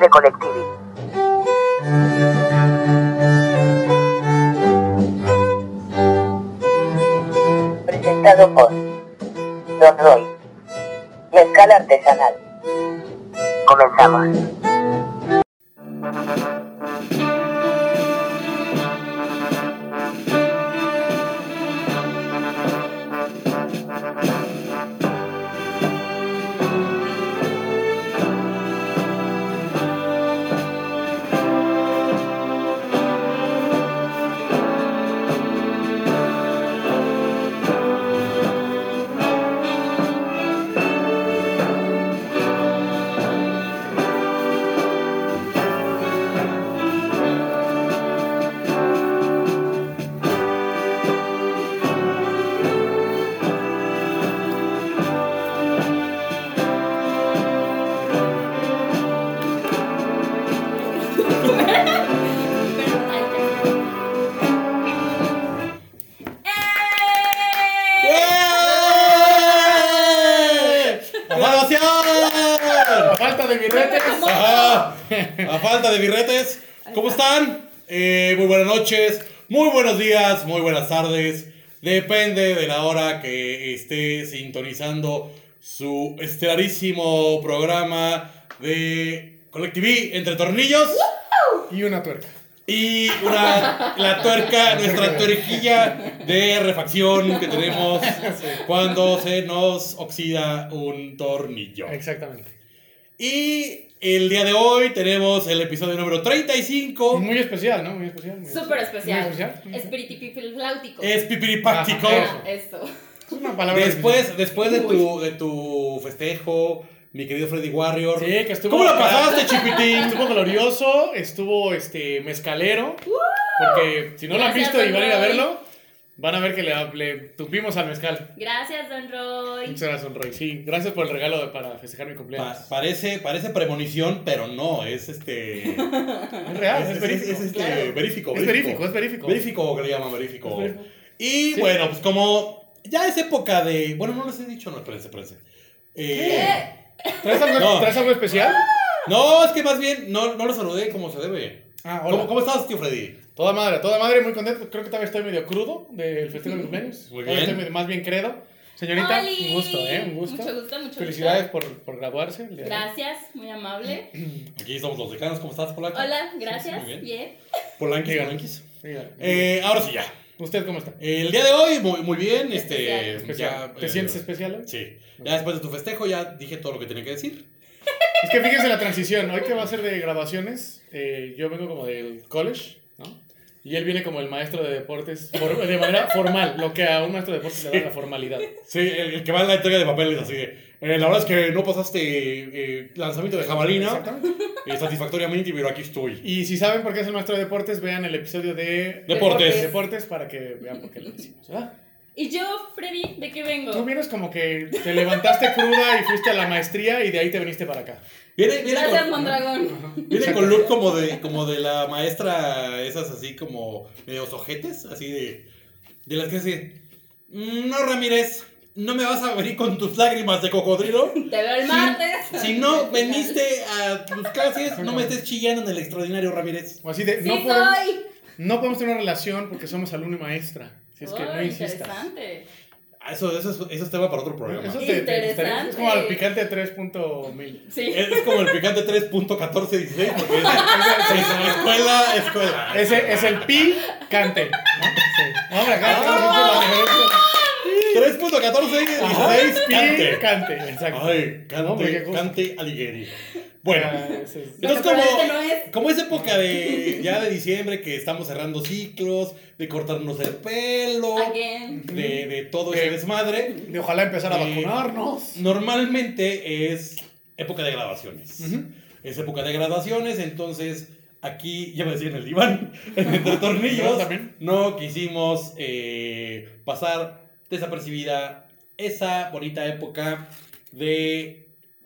de Colectivi. Presentado por Don Roy. Mezcal artesanal. Comenzamos. ¡Evaluación! A falta de birretes. Ajá. A falta de birretes, ¿cómo están? Eh, muy buenas noches, muy buenos días, muy buenas tardes. Depende de la hora que esté sintonizando su estelarísimo programa de Colectiví entre tornillos Y una tuerca. y una, la tuerca, nuestra tuerquilla de refacción que tenemos cuando se nos oxida un tornillo. Exactamente. Y el día de hoy tenemos el episodio número 35. Muy especial, ¿no? Muy especial. muy Súper especial. Muy especial. Espiritipifláutico. Es pipiripáctico. Ajá, Ah, Eso. Es una palabra. Después, después de, tu, de tu festejo, mi querido Freddy Warrior. Sí, que estuvo. ¿Cómo la pasaste, Chipitín? Estuvo glorioso, estuvo este mezcalero. Porque si no lo han Gracias, visto y don van a ir a Roy. verlo, van a ver que le, le tupimos al mezcal. Gracias, don Roy. Muchas gracias, Roy. Sí, gracias por el regalo de- para festejar mi Pa- cumpleaños. parece, parece premonición, pero no, es este. es real, Ah, es, verídico. es este, Claro. verífico. Es verífico, es verífico. Verífico, que le llaman verífico. Es verífico. Y Sí. bueno, pues como ya es época de. Bueno, no les he dicho, no, espérense, espérense. Eh, ¿Qué? ¿Traes algo, No. traes algo especial? no, es que más bien no, no lo saludé como se debe. Ah, hola. ¿Cómo, ¿Cómo estás, tío Freddy? Toda madre, toda madre, muy contento. Creo que todavía estoy medio crudo del festival de los cumpleaños. Muy Todavía bien. estoy medio- más bien credo. Señorita, ¡Oli! un gusto, ¿eh? Un gusto. Mucho gusto, mucho Felicidades por, por graduarse. el día gusto. de hoy. Gracias, muy amable. Aquí somos los decanos, ¿cómo estás, Polanco? Hola, Sí, gracias. sí, muy bien. bien. Polanquis, Diga. Polanquis. Mira, Eh, ahora sí, ya. ¿Usted cómo está? El día de hoy, muy, muy bien. Este, Especial. ya, ¿Te eh, sientes especial? hoy? Sí. Ya después de tu festejo, ya dije todo lo que tenía que decir. Es que fíjense la transición. Hoy que va a ser de graduaciones, eh, yo vengo como del college, ¿no? Y él viene como el maestro de deportes for- de manera formal, lo que a un maestro de deportes le da la formalidad. Sí, el, el que va en la entrega de papeles, así de. eh, la verdad es que no pasaste eh, lanzamiento de jabalina Exactamente. eh, satisfactoriamente, pero aquí estoy. Y si saben por qué es el maestro de deportes, vean el episodio de Deportes. deportes para que vean por qué lo hicimos, ¿verdad? ¿Y yo, Freddy, de qué Tú vengo? vienes como que te levantaste cruda y fuiste a la maestría y de ahí te viniste para acá. Viene, viene Gracias, con- Mondragón. Viene con look como de, como de la maestra, esas así como medio ojetes, así de. De las que hace. No, Ramírez, no me vas a venir con tus lágrimas de cocodrilo. Te veo el martes. Si no veniste a tus clases, no me estés chillando en el extraordinario, Ramírez. O así de, Sí, no, podemos, soy. no podemos tener una relación porque somos alumno y maestra. Si es que Oh, no insistas. interesante. Ah, Eso, eso, es, eso es tema para otro programa. Eso te- te gustaría. es Interesante. como al picante 3.000. Sí. Es, es como el picante 3.1416, porque es, es- es escuela, escuela. Ese es el picante. ¿no? Sí. Hombre, acá estamos haciendo Ah. la referencia. 3.1416, picante. Picante, exacto. Ay, Hombre, qué cante, cosa. cante Alighieri. Ah, Bueno. ese es- Entonces, Pero este como, no es. como es época de ya de diciembre que estamos cerrando ciclos, de cortarnos el pelo, Again. de, de todo De- ese desmadre, de ojalá empezar a Eh, vacunarnos. normalmente es época de graduaciones. Ujú. Es época de graduaciones, entonces aquí, ya me decía en el diván, entre Yo tornillos, también. no quisimos eh, pasar desapercibida esa bonita época de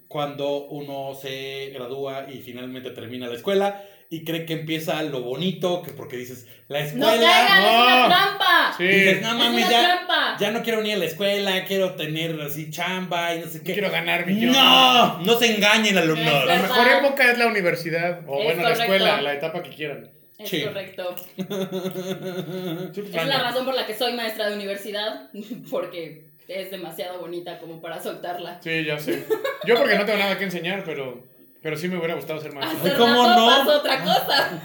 cuando uno se gradúa y finalmente termina la escuela y cree que empieza lo bonito, que porque dices, la ¡No escuela. caigan! ¡Es no. una trampa! Sí. Dices, no Es una mames, Ah, ya, trampa. ya no quiero venir a la escuela, quiero tener así chamba y no sé qué. Quiero ganar mi yo. ¡No! No se engañen, alumnos. La Exacto. mejor época es la universidad. O Es bueno, la correcto. escuela, la etapa que quieran. Es Sí. correcto. Sí, Esa es la razón por la que soy maestra de universidad, porque es demasiado bonita como para soltarla. Sí, ya sé. Yo porque no tengo nada que enseñar, pero, pero sí me hubiera gustado ser maestro. Hace ¿cómo rato no? pasó otra cosa.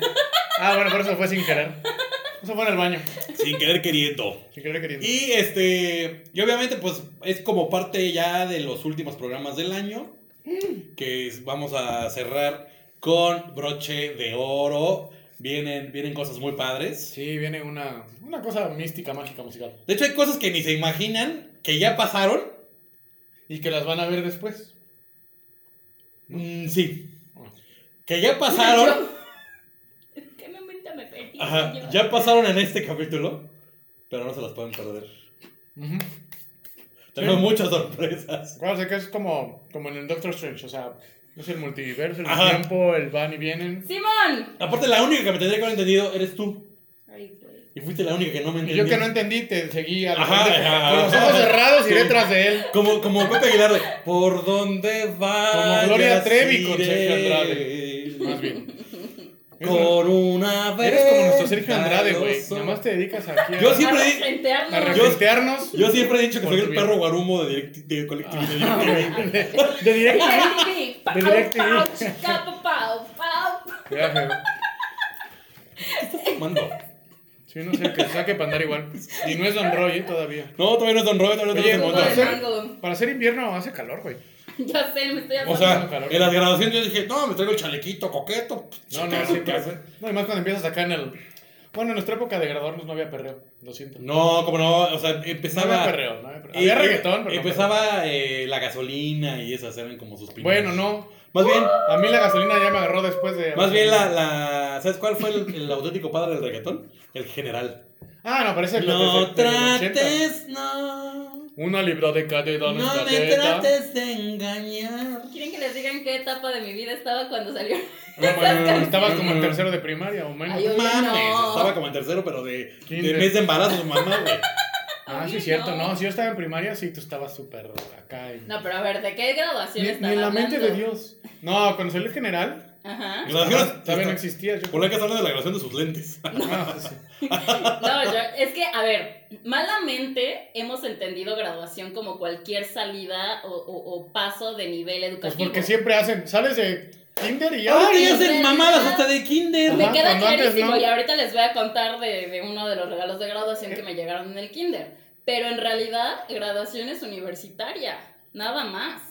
Ah, bueno, por eso fue sin querer. Eso fue en el baño. Sin querer queriendo. Sin querer queriendo. Y este, y obviamente pues es como parte ya de los últimos programas del año, que es- vamos a cerrar con broche de oro. Vienen, vienen cosas muy padres. Sí, viene una, una cosa mística, mágica, musical. De hecho hay cosas que ni se imaginan, que ya pasaron. Y que las van a ver después. Mm, sí. Ah. Que ya pasaron. Yo- ¿Qué momento me perdí? Ajá, Yo- ya pasaron en este capítulo, pero no se las pueden perder. Ujú. Tenemos Sí. muchas sorpresas. Claro, o sea que es como, como en el Doctor Strange, o sea, es el multiverso, el Ajá. tiempo, el van y vienen. ¡Simón! Aparte, la única que me tendría que haber entendido eres tú. Ay, güey. Y fuiste la única que no me Y entendió. yo que no entendí, te seguí a la Ajá, gente ajá. con los ojos cerrados Sí. y detrás de él. Como, como Pepe Aguilar, de, ¿por dónde va? Como Gloria Trevi con Sergio Andrade. Más bien. Con una vez. Eres como nuestro Sergio Andrade, güey. Nada más te dedicas aquí a, Yo sí- Siempre- Para frentearnos. a regentearnos Yo siempre he dicho que Con tu soy Ah. el vida. perro guarumo de, direct- de colectivo. de DirecTV. de directo. DirecTV. Pau, De DirecTV. pau, chica, pau, pau, pau. Mando. Sí, no sé, que saque para andar igual. Y no es Don Roy, eh, todavía. No, todavía no es Don Robert, todavía no Oye, es Don Jugo ¿va a de ser? Robert. mango. Para hacer invierno hace calor, güey. Ya sé, me estoy O asando. sea, en las graduaciones yo dije, no, me traigo el chalequito coqueto. No, no, sí, hace. No, y más cuando empiezas acá en el. Bueno, en nuestra época de graduarnos no había perreo, lo siento. No, como no, o sea, No empezaba. había perreo, no había perreo. eh, Había reggaetón, pero. no Empezaba eh, la gasolina y esas eran como sus perreo. primeras. Bueno, no. Más bien, A mí la gasolina ya me agarró después de. Más bien la, la- ¿Sabes cuál fue el, el auténtico padre del reggaetón? El general. Ah, no, parece No trates, no. Una libra de cadena en No esta me teta. trates de engañar. ¿Quieren que les digan qué etapa de mi vida estaba cuando salió? No, bueno, estabas como en tercero de primaria o menos. Ay, yo- Mames, no. estaba como en tercero, pero de, de Kinder. mes de embarazo su mamá, güey. ah, sí, Ay, es cierto, no. no. Si yo estaba en primaria, sí, tú estabas súper acá. y- No, pero a ver, ¿de qué Ni, graduación ni están en la mente de hablando? Dios. No, cuando salió el general, Ajá. Graduaciones- todavía no existía. Yo... Por la que está hablando de la grabación de sus lentes. Ah, sí. No, yo, es que, a ver, malamente hemos entendido graduación como cualquier salida o, o- o paso de nivel Pues educativo. porque siempre hacen, sales de kinder y ya. Ahora Ay, ya hacen en mamadas realidad. hasta de kinder. Me Ajá, queda cuando antes, clarísimo ¿no? y ahorita les voy a contar de, de uno de los regalos de graduación que me llegaron en el kinder. Pero en realidad, graduación es universitaria, nada más.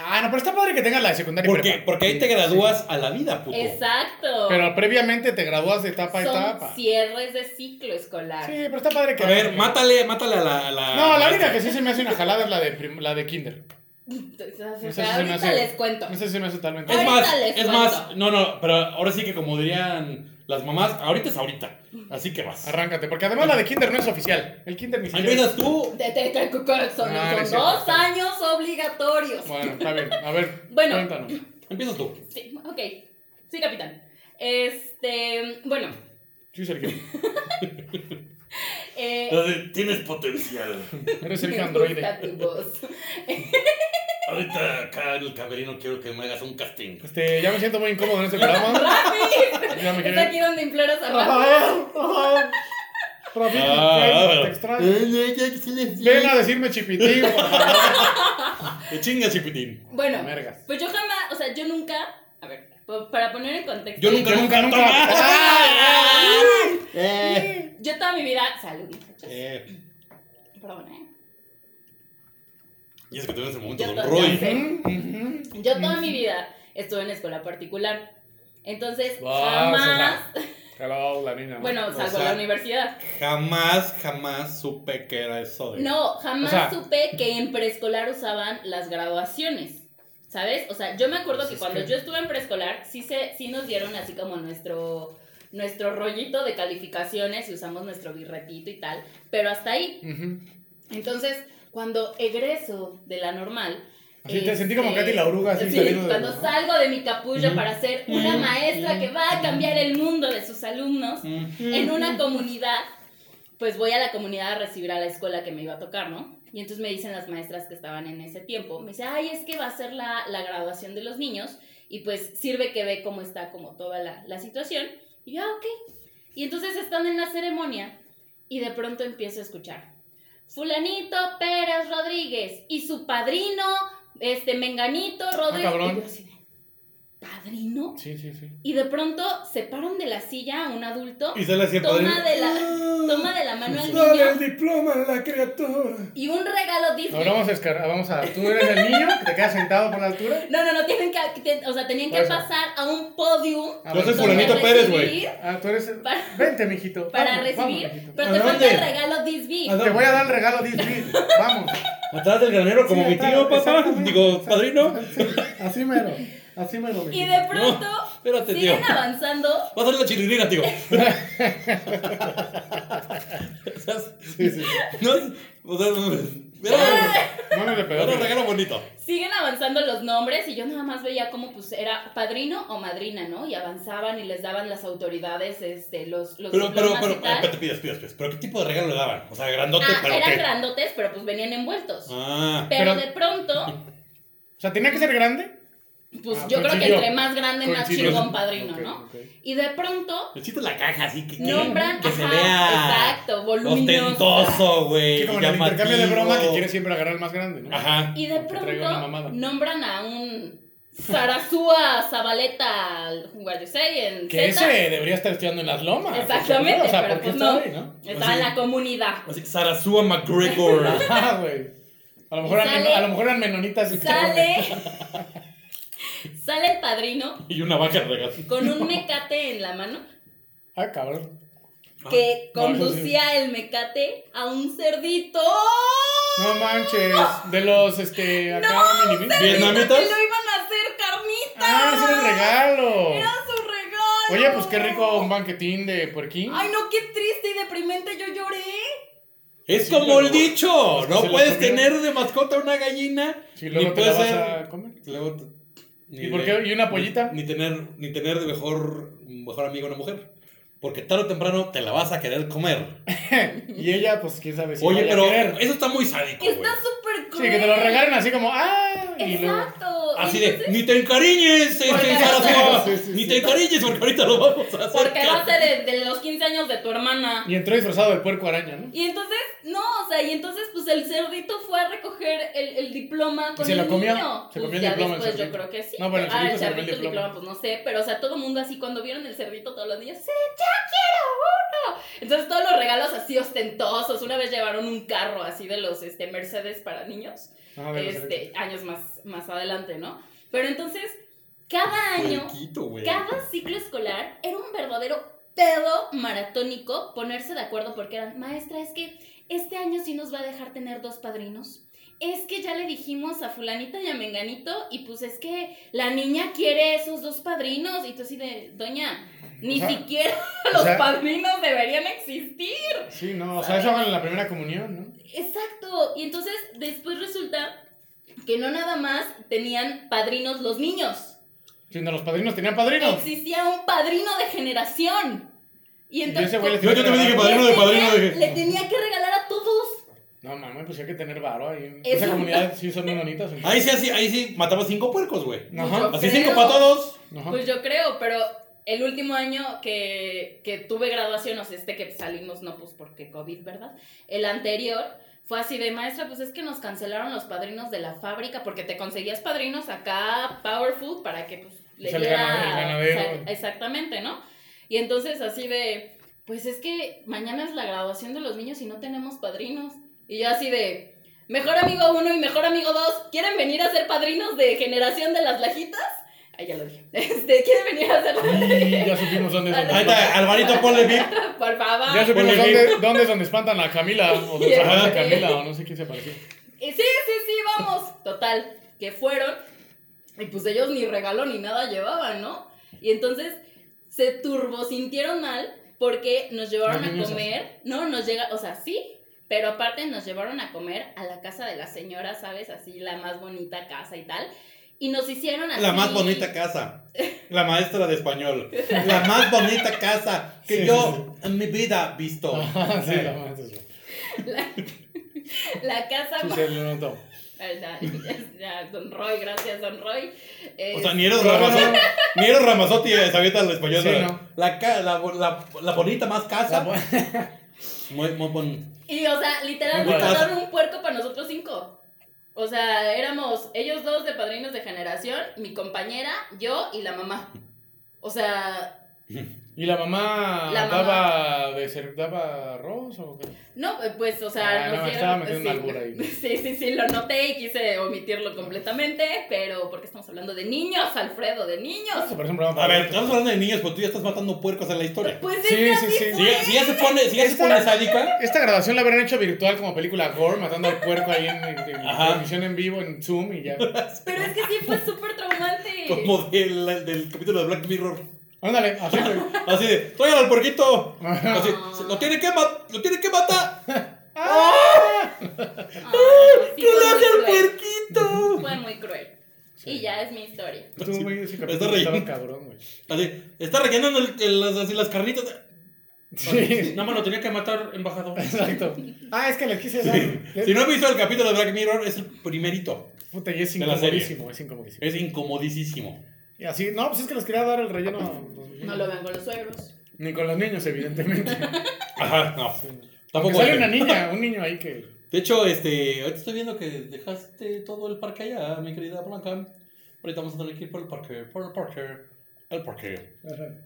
Ah, no, pero está padre que tengas la de secundaria y ¿Por qué? prepa. Porque ahí te gradúas a la vida, puto. Exacto. Pero previamente te gradúas de etapa a etapa. Son Sí, cierres de ciclo escolar. pero está padre que. A ver, mátale, mátale a la. a la No, la única maestra. que sí se me hace una jalada es la de, prim- la de kinder. Entonces, o sea, Esa sí Pues se me ahorita hace- les cuento. No sé si me hace totalmente. Es Ahorita más, les es cuento. más, no, no, pero ahora sí que como dirían las mamás, ahorita es ahorita. Así que vas. Arráncate, porque además la de kinder no es oficial. El kinder ni siquiera. Empiezas tú. Te- te- te- son son Ah, no es cierto, dos está años obligatorios. Bueno, está bien. A ver, Bueno. cuéntanos. Empiezas tú. Sí, ok. Sí, capitán. Este, bueno, Sí, Sergio. eh, Entonces, Tienes potencial. Eres Sergio busca Androide. tu voz. Ahorita acá en el camerino quiero que me hagas un casting. Este, ya me siento muy incómodo en este programa. ¡Rafi! Ya me Es quiero. aquí ir. donde imploras a Rafa. Rafael, Rafael. Rafael, Ah. te extraño. Ven a decirme chipitín, por favor. Te chingas, chipitín. Bueno, Vergas. pues yo jamás, o sea, yo nunca, a ver, po- para poner en contexto. Ah, Yo nunca, nunca, nunca. Yo toda mi vida, salud, muchachos. Ah. Eh, Perdón, ¿eh? y es que tuvimos el momento, Yo don todavía Roy. sé. Ujú. Yo toda Mm. mi vida estuve en escuela particular. Entonces, Wow, jamás. Hello, la niña. Bueno, salvo sea, la universidad. Jamás, jamás supe que era eso. De... No, jamás Pues, o sea- supe que en preescolar usaban las graduaciones. ¿Sabes? O sea, yo me acuerdo Pues que es cuando que- yo estuve en preescolar, sí, se, sí nos dieron así como nuestro, nuestro rollito de calificaciones y usamos nuestro birretito y tal, pero hasta ahí. Ujú. Entonces, cuando egreso de la normal, Así te sentí como Este, Katy la oruga, así sí, saliendo de- cuando salgo de mi capullo Ujú. para ser una Ujú. maestra que va a cambiar el mundo de sus alumnos en una comunidad, pues voy a la comunidad a recibir a la escuela que me iba a tocar, ¿no? Y entonces me dicen las maestras que estaban en ese tiempo, me dice, ay, es que va a ser la, la graduación de los niños y pues sirve que ve cómo está como toda la, la situación. Y yo, ah, ok. Y entonces están en la ceremonia y de pronto empiezo a escuchar, fulanito Pérez Rodríguez y su padrino, este, Menganito Rodríguez. cabrón. Y yo así de, ¿Padrino? Sí, sí, sí. Y de pronto se paran de la silla a un adulto Y sale así el Toma padrino. de la- Ah, toma de la mano al Dale el niño diploma a la criatura. y un regalo Disney. Ahora vamos a descargar, vamos a... Tú eres el niño que te quedas sentado por la altura. No, no, no, tienen que, te- o sea, tenían que Por eso. pasar a un podium Ah, Yo bueno. soy donde fulanito Pérez, güey. recibir- Ah, tú eres el... Para- Vente, mijito. Para Vamos, recibir, vamos, mijito. pero ¿A te falta dónde? el regalo Disney. ¿A dónde? Te voy a dar el regalo Disney. Vamos. Atrás del granero como Sí, mi está, tío, papá. exactamente, Digo, exacto. padrino. Sí, Así mero. Así mero. Y mijito. de pronto No, espérate, tío. siguen avanzando. Va a salir la chilindrina, tío. O sea, Sí, sí. no, o sea, era, No me le pegó. era un regalo bonito. Siguen avanzando los nombres y yo nada más veía cómo pues era padrino o madrina, ¿no? Y avanzaban y les daban las autoridades este los los Pero, pero, diplomas pero, y tal. espérate, pidas, pidas, pidas. ¿Pero qué tipo de regalo le daban? O sea, grandote, Ah, pero eran qué. grandotes, pero pues venían envueltos. Ah, pero, Pero- de pronto, O sea, tenía que ser grande. pues Ah, yo creo que coincidió. entre más grande, más Coincidió. chingón padrino, Ok, ¿no? ok. Eh, Y de pronto el chiste es la caja, así que, que- nombran, que se ajá, vea exacto, voluminoso. ostentoso, güey. Sí, como en el intercambio de llamativo. broma que quiere siempre agarrar el más grande, ¿no? Ajá. Y de Porque traigo una mamada. pronto nombran a un Sarasúa Zabaleta Guayusei en Que ese Zeta. debería estar estudiando en las lomas. Exactamente, O sea, pero ¿por qué pues está no. ahí, no? Estaba en la comunidad. Así, Sarasúa McGregor. Ah, güey. A lo mejor, Y eran, sale- men- a lo mejor eran menonitas. y- Sale, sale el padrino y una vaca de regalo. con un mecate en la mano Ah, cabrón. Ah, que no, eso sí. conducía el mecate a un cerdito. No manches. De los, este, acá mini- mini- ¿Vietnamitas? Que lo iban a hacer carnita. Ah, ese era el regalo. Era su regalo. Oye, pues qué rico un banquetín de puerquín. Ay, no, qué triste y deprimente yo lloré. Es Sí, como luego- el dicho, es que no se lo puedes comieron. tener de mascota una gallina, Si ni luego te la puedes vas ser... a comer. luego te- ni ¿Y por de- qué? ¿Y una pollita? Ni tener, ni tener de mejor, mejor amigo una mujer. Porque tarde o temprano te la vas a querer comer. Y ella, pues quién sabe si Oye, vaya a pero querer. eso está muy sádico, güey. Está súper Pues, Sí, cruel. que te lo regalen así como, ¡ah! Y luego- Exacto. Así Entonces, de, ni te encariñes, este, Porque- Sarasúa, Sí, sí, sí. ni te encariñes porque ahorita lo vamos a hacer. Porque va a carne". ser de, de los 15 años de tu hermana. Y entró disfrazado del puerco araña, ¿no? Y entonces, no, o sea, y entonces pues el cerdito fue a recoger el, el diploma con se el lo comió? niño. ¿Se Pues comió el ya diploma el después yo cerdito? creo que sí. No, bueno, el ah, el cerdito se comió el cerdito el diploma, diploma. pues no sé, pero o sea, todo el mundo así cuando vieron el cerdito todos los niños, ¡sí, ya quiero uno! Entonces todos los regalos así ostentosos, una vez llevaron un carro así de los este Mercedes para niños, Ah, de los este años más más adelante, ¿no? Pero entonces cada año Puerquito, güey. cada ciclo escolar era un verdadero pedo maratónico ponerse de acuerdo porque eran, maestra, es que este año sí nos va a dejar tener dos padrinos. Es que ya le dijimos a fulanita y a menganito y pues es que la niña quiere esos dos padrinos y tú así de, doña, ni O sea, siquiera o los sea- padrinos deberían existir. Sí, no, o sea, eso hagan en la primera comunión, ¿no? Exacto. Y entonces después resulta que no nada más tenían padrinos los niños. Siendo los padrinos tenían padrinos. Existía un padrino de generación. Y Y entonces. ese güey les Yo- yo tenía que también dije regalar- padrino de padrino, Le tenía- dije. Le tenía que regalar a todos. No, mames, pues hay que tener varo ahí. Es Esa un- comunidad sí son ¿eh? menonitas. entonces- Ahí sí, así, ahí sí, mataba cinco puercos, güey. Ajá, Así Creo. cinco para todos. ajá. Pues yo creo, pero el último año que, que tuve graduación, o sea, este que salimos, no, pues porque COVID, ¿verdad? El anterior. Fue así de maestra, pues es que nos cancelaron los padrinos de la fábrica porque te conseguías padrinos acá, Powerful, para que pues, le O sea, el diera- ganadero, el ganadero. Exact- Exactamente, ¿no? Y entonces así de, pues es que mañana es la graduación de los niños y no tenemos padrinos. Y yo así de, mejor amigo uno y mejor amigo dos, ¿quieren venir a ser padrinos de generación de las lajitas? Ay, ya lo dije. Este, ¿quieren venir a ser Y ya supimos dónde es donde Ahí está, Alvarito, ponle bien. Por favor. Ya supimos Ponle dónde, dónde es donde espantan a Camila. O donde Ya espantan a sé. Camila, o no sé quién se apareció. Y sí, sí, sí, vamos. Total, que fueron. Y pues ellos ni regalo ni nada llevaban, ¿no? Y entonces se turbo sintieron mal porque nos llevaron Los a niños comer. No, nos llega, o sea, sí. Pero aparte nos llevaron a comer a la casa de la señora, ¿sabes? Así la más bonita casa y tal. Y nos hicieron así. La más bonita casa. La maestra de español. La más bonita casa que Sí, yo en mi vida he visto. Eh, Ajá, sí, Sí. la mamá, entonces, La, la casa Sí, más. se lo notó. Ya, ya, Don Roy, gracias, Don Roy. O Es- sea, ni eres No, no, Ramazotti, ni eres Ramazotti eh, sabía el español. Sí, ¿verdad? no. la, ca- la, bo- la, la bonita más casa. Muy, muy bon- Y, o sea, literal Muy nos buena. mandaron un puerco para nosotros cinco. O sea, éramos ellos dos de padrinos de generación, mi compañera, yo y la mamá. O sea, ¿Y la mamá La mamá. daba, de ser- daba arroz o qué? no, eh, pues, o sea, Ah, nos no, dieron- estaba metiendo sí, un albur ahí. Sí, sí, sí, lo noté y quise omitirlo completamente, pero porque estamos hablando de niños, Alfredo, de niños. Ah, Se parece un programa A para ver, adultos. estamos hablando de niños, pues tú ya estás matando puercos en la historia. Pues es que Sí, sí, así sí. Si ya, si ya se pone, si ya se pone sádica, Esta grabación la habrán hecho virtual como película gore, matando al puerco ahí en, en- en Ajá. transmisión en vivo, en Zoom y ya. Pero es que sí fue súper traumante. como del, del capítulo de Black Mirror. Ándale, así güey. Así de, traigan al puerquito. Ajá. Así, se- lo tiene que matar, lo tiene que matar. Ah, sí, ¿Qué fue le muy hace al cruel. puerquito? Fue muy cruel. Y ya es mi historia. Tú, güey, ese capítulo Está relleno. estaba cabrón, güey. Así, está rellenando el- el- las, así las carnitas. Sí, Nada más lo tenía que matar embajador. exacto. Ah, es que les quise dar. le- Si no han visto el capítulo de Black Mirror, es el primerito. Puta, y es de la serie. incomodísimo, es incomodísimo. Es incomodísimo. Y así, no, pues es que les quería dar el relleno. a los niños. No lo ven con los suegros. Ni con los niños, evidentemente. Ajá, no. Porque Tampoco. sale una niña, un niño ahí que. De hecho, este, ahorita estoy viendo que dejaste todo el parque allá, mi querida Blanca. Ahorita vamos a tener que ir por el parque, por el parque, el parque.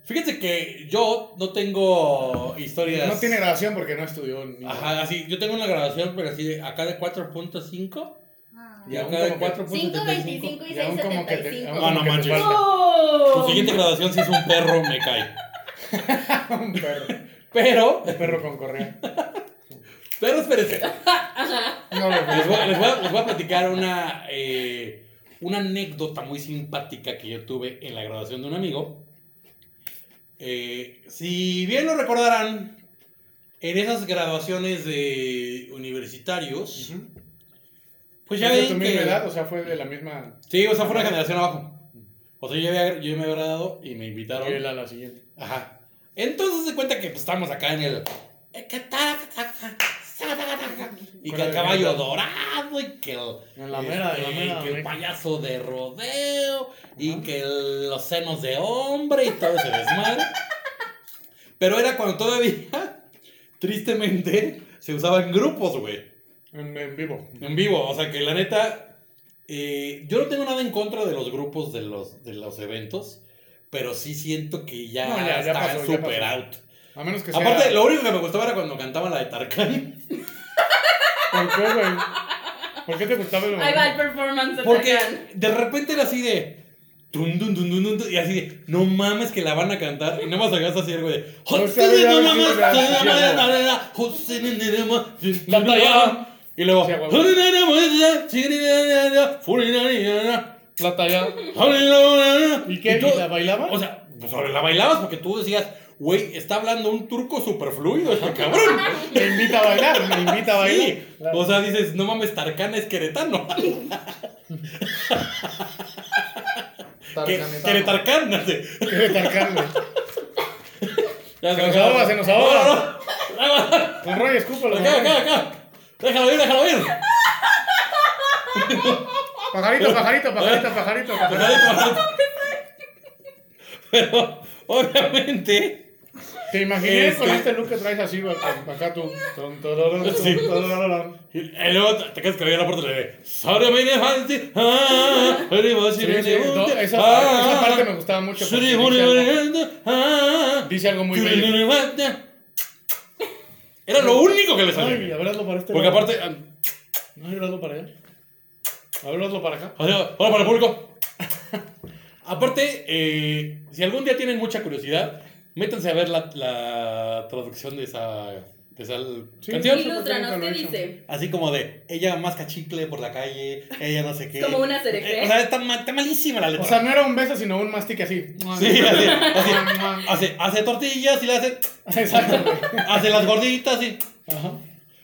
Fíjense que yo no tengo historias. No tiene grabación porque no estudió. ni- Ajá, así, yo tengo una grabación, pero así, de acá de 4.5 y Y aún acá de como que- 5.25 4.75. y Pues Y aún como que te. 6.75. aún Ah, como no que te manches. falta Tu ¡Oh! siguiente grabación, si es un perro, me cae. Un perro. Pero, Un perro con correa. pero espérense. No, Les voy, no, a- les voy a, les voy a platicar una, eh, una anécdota muy simpática que yo tuve en la graduación de un amigo. Eh, si bien lo recordarán, en esas graduaciones de universitarios, pues ya de tu ven misma que... edad, o sea, fue de la misma. Sí, o sea, fue una generación abajo. O sea, yo, había- yo me había graduado y me invitaron. Y la, la siguiente. Ajá. Entonces se cuenta que pues, estamos acá en el. Y que el caballo dorado, y que el. En la mera, en la este, mera, que el güey. payaso de rodeo, y Ajá. que el- los senos de hombre, y todo ese desmadre. Pero era cuando todavía, tristemente, se usaban grupos, güey. En, en vivo. En vivo, o sea que la neta, eh, yo no tengo nada en contra de los grupos de los, de los eventos, pero sí siento que ya, No, ya- ya está pasó, ya super pasó. out. A menos que sea. Aparte, lo único que me gustaba era cuando cantaba la de Tarkan, ¿Por qué, güey? ¿Por qué te gustaba el Ahí va el performance de porque Tarkan. de repente era así de... tun, dun, dun, dun, dun, dun, y así de, no mames que la van a cantar. Y nada más oías así algo de... No sabía, "Joder, no no mames, sabía, que la sí, van a no. ganar, José, nene, nene, ma, dun, dun, Canta ya. Y luego... Sí, a huevo. "Joder, nene, nene, nene, nene, nene, nene, nene". La talla. ¿Y ¿Y qué? tú- ¿Y la bailaba? O sea, pues, sobre la bailabas porque tú decías, güey, está hablando un turco superfluido este cabrón. Me invita a bailar, me invita a bailar. Sí. O sea, dices, no mames, Tarkan es queretano. Que- Queretarcán, no sé. Tarkan, güey. Ya, Se nos ahoga, se nos ahoga. No, no, no. Con Roy, escúpalo. Acá, güey. acá, acá. Déjalo ir, déjalo ir. Pajarito, pajarito, pajarito, pajarito. pajarito. Pero, obviamente. ¿Te imaginé Este- con este look que traes así, güey? con- Acá tú. Ton, tororón, ton, Sí. tororón. Y y luego te- te quedas que había la puerta y le Sorry, my elefante. Ah, arriba, Sí, sí, si me no, levanto. esa, Ah, esa parte me gustaba mucho. porque Sorry, dice my algo- elefante. Ah, Dice algo muy si me bello. levanta. Era lo único que le Ay, salía. a ver, hazlo para este. Porque lado. aparte, ah, No, a ver, hazlo para allá. A ver, hazlo para acá. o sea, hola para el público. Aparte, eh, si algún día tienen mucha curiosidad, métanse a ver la, la traducción de esa, de esa Sí. canción. Ilústranos, ¿qué dice? Así como de, ella masca chicle por la calle, ella no sé qué. Como una cereje. Eh, o sea, está, ma- está malísima la letra. O sea, no era un beso, sino un mastique así. sí, así, así. Mua, mua. Hace, hace tortillas y le hace, Exacto, güey. hace las gorditas y... Ajá.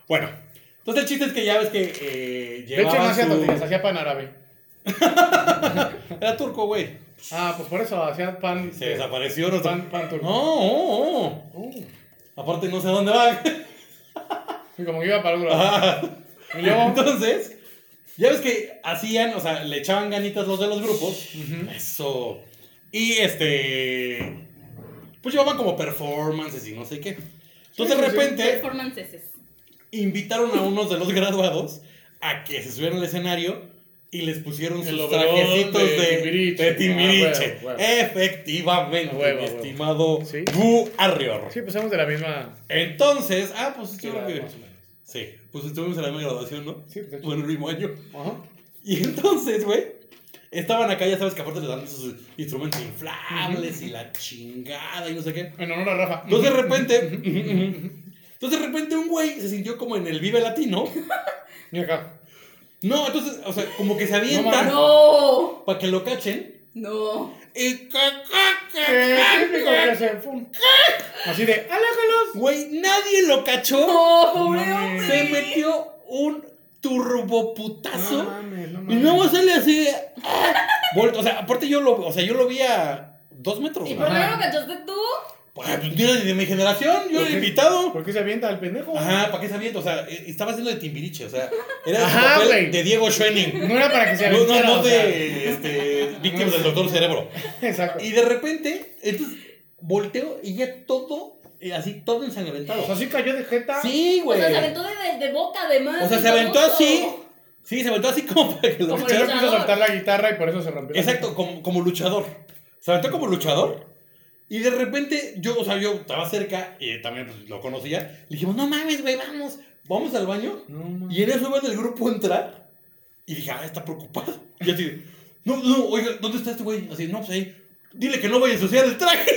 Bueno, Entonces el chiste es que ya ves que eh, De hecho, no llevaba hacía su- tortillas, hacía pan árabe. Era turco, güey. Ah, pues por eso, hacía pan. Se de- desapareció. No, Pan, pan turco. no, no. Uh, Aparte no sé a dónde va. y como que iba para otro lado. Ajá. Y luego, Entonces, ya ves que hacían, o sea, le echaban ganitas los de los grupos. Eso. Y este. Pues llevaban como performances y no sé qué. Entonces Sí, sí, de sí. repente Performances. invitaron a unos de los graduados a que se subieran al escenario y les pusieron El sus overol trajecitos de de, Timbiriche. de Timbiriche. Ah, huevo, huevo. Efectivamente, Ah, huevo, mi huevo. estimado Sí. Bu Arrior. sí, pues somos de la misma. Entonces, ah, pues yo creo edad, que. más o menos. Sí, pues estuvimos en la misma graduación, ¿no? Sí, pues de hecho. Bueno, el mismo año. Ajá. Y entonces, güey, estaban acá, ya sabes que aparte les dan sus instrumentos inflables y la chingada y no sé qué. En honor a Rafa. Entonces de repente, entonces de repente un güey se sintió como en el Vive Latino. Y acá. No, entonces, o sea, como que se avienta No, No, para que lo cachen. no. Y Qué Eh, típico que se. pum. Así de, alájalos. güey, nadie lo cachó. No, pobre No hombre. mames. Se metió un turboputazo. mames, no Y luego sale así. ¡ah! Vuelto, o sea, aparte yo lo, o sea, yo lo vi a dos metros. ¿Y güey. por qué Ajá. no cachaste tú? Pues mira, de mi generación, yo ¿Por era qué? invitado. ¿Por qué se avienta al pendejo? Ajá, ¿para qué sabiendo? O sea, eh, estaba haciendo de timbiriche, o sea, era Ajá, el papel güey. de Diego Schwenning. No era para que se No, no, aventara. no o sea. de este, víctimas del doctor cerebro. Exacto. Y de repente, entonces, volteo y ya todo, eh, así, todo ensangrentado. O sea, sí cayó de jeta. Sí, O güey. sea, se aventó de, de, de boca además. O sea, y se aventó todo. así. Sí, se aventó así como para que lo Como Pero cacharan. luchador. quiso soltar la guitarra y por eso se rompió. la Exacto, como, como luchador. Se aventó como luchador. Y de repente, yo, o sea, yo estaba cerca y también pues, lo conocía. Le dijimos, no mames, güey, vamos, vamos al baño. No, mames. Y en eso iba del grupo a entrar. Y dije, ah, está preocupado. Y así, de, no, no, oiga, ¿dónde está este güey? Así, no, pues ahí. Dile que no vaya a ensuciar el traje.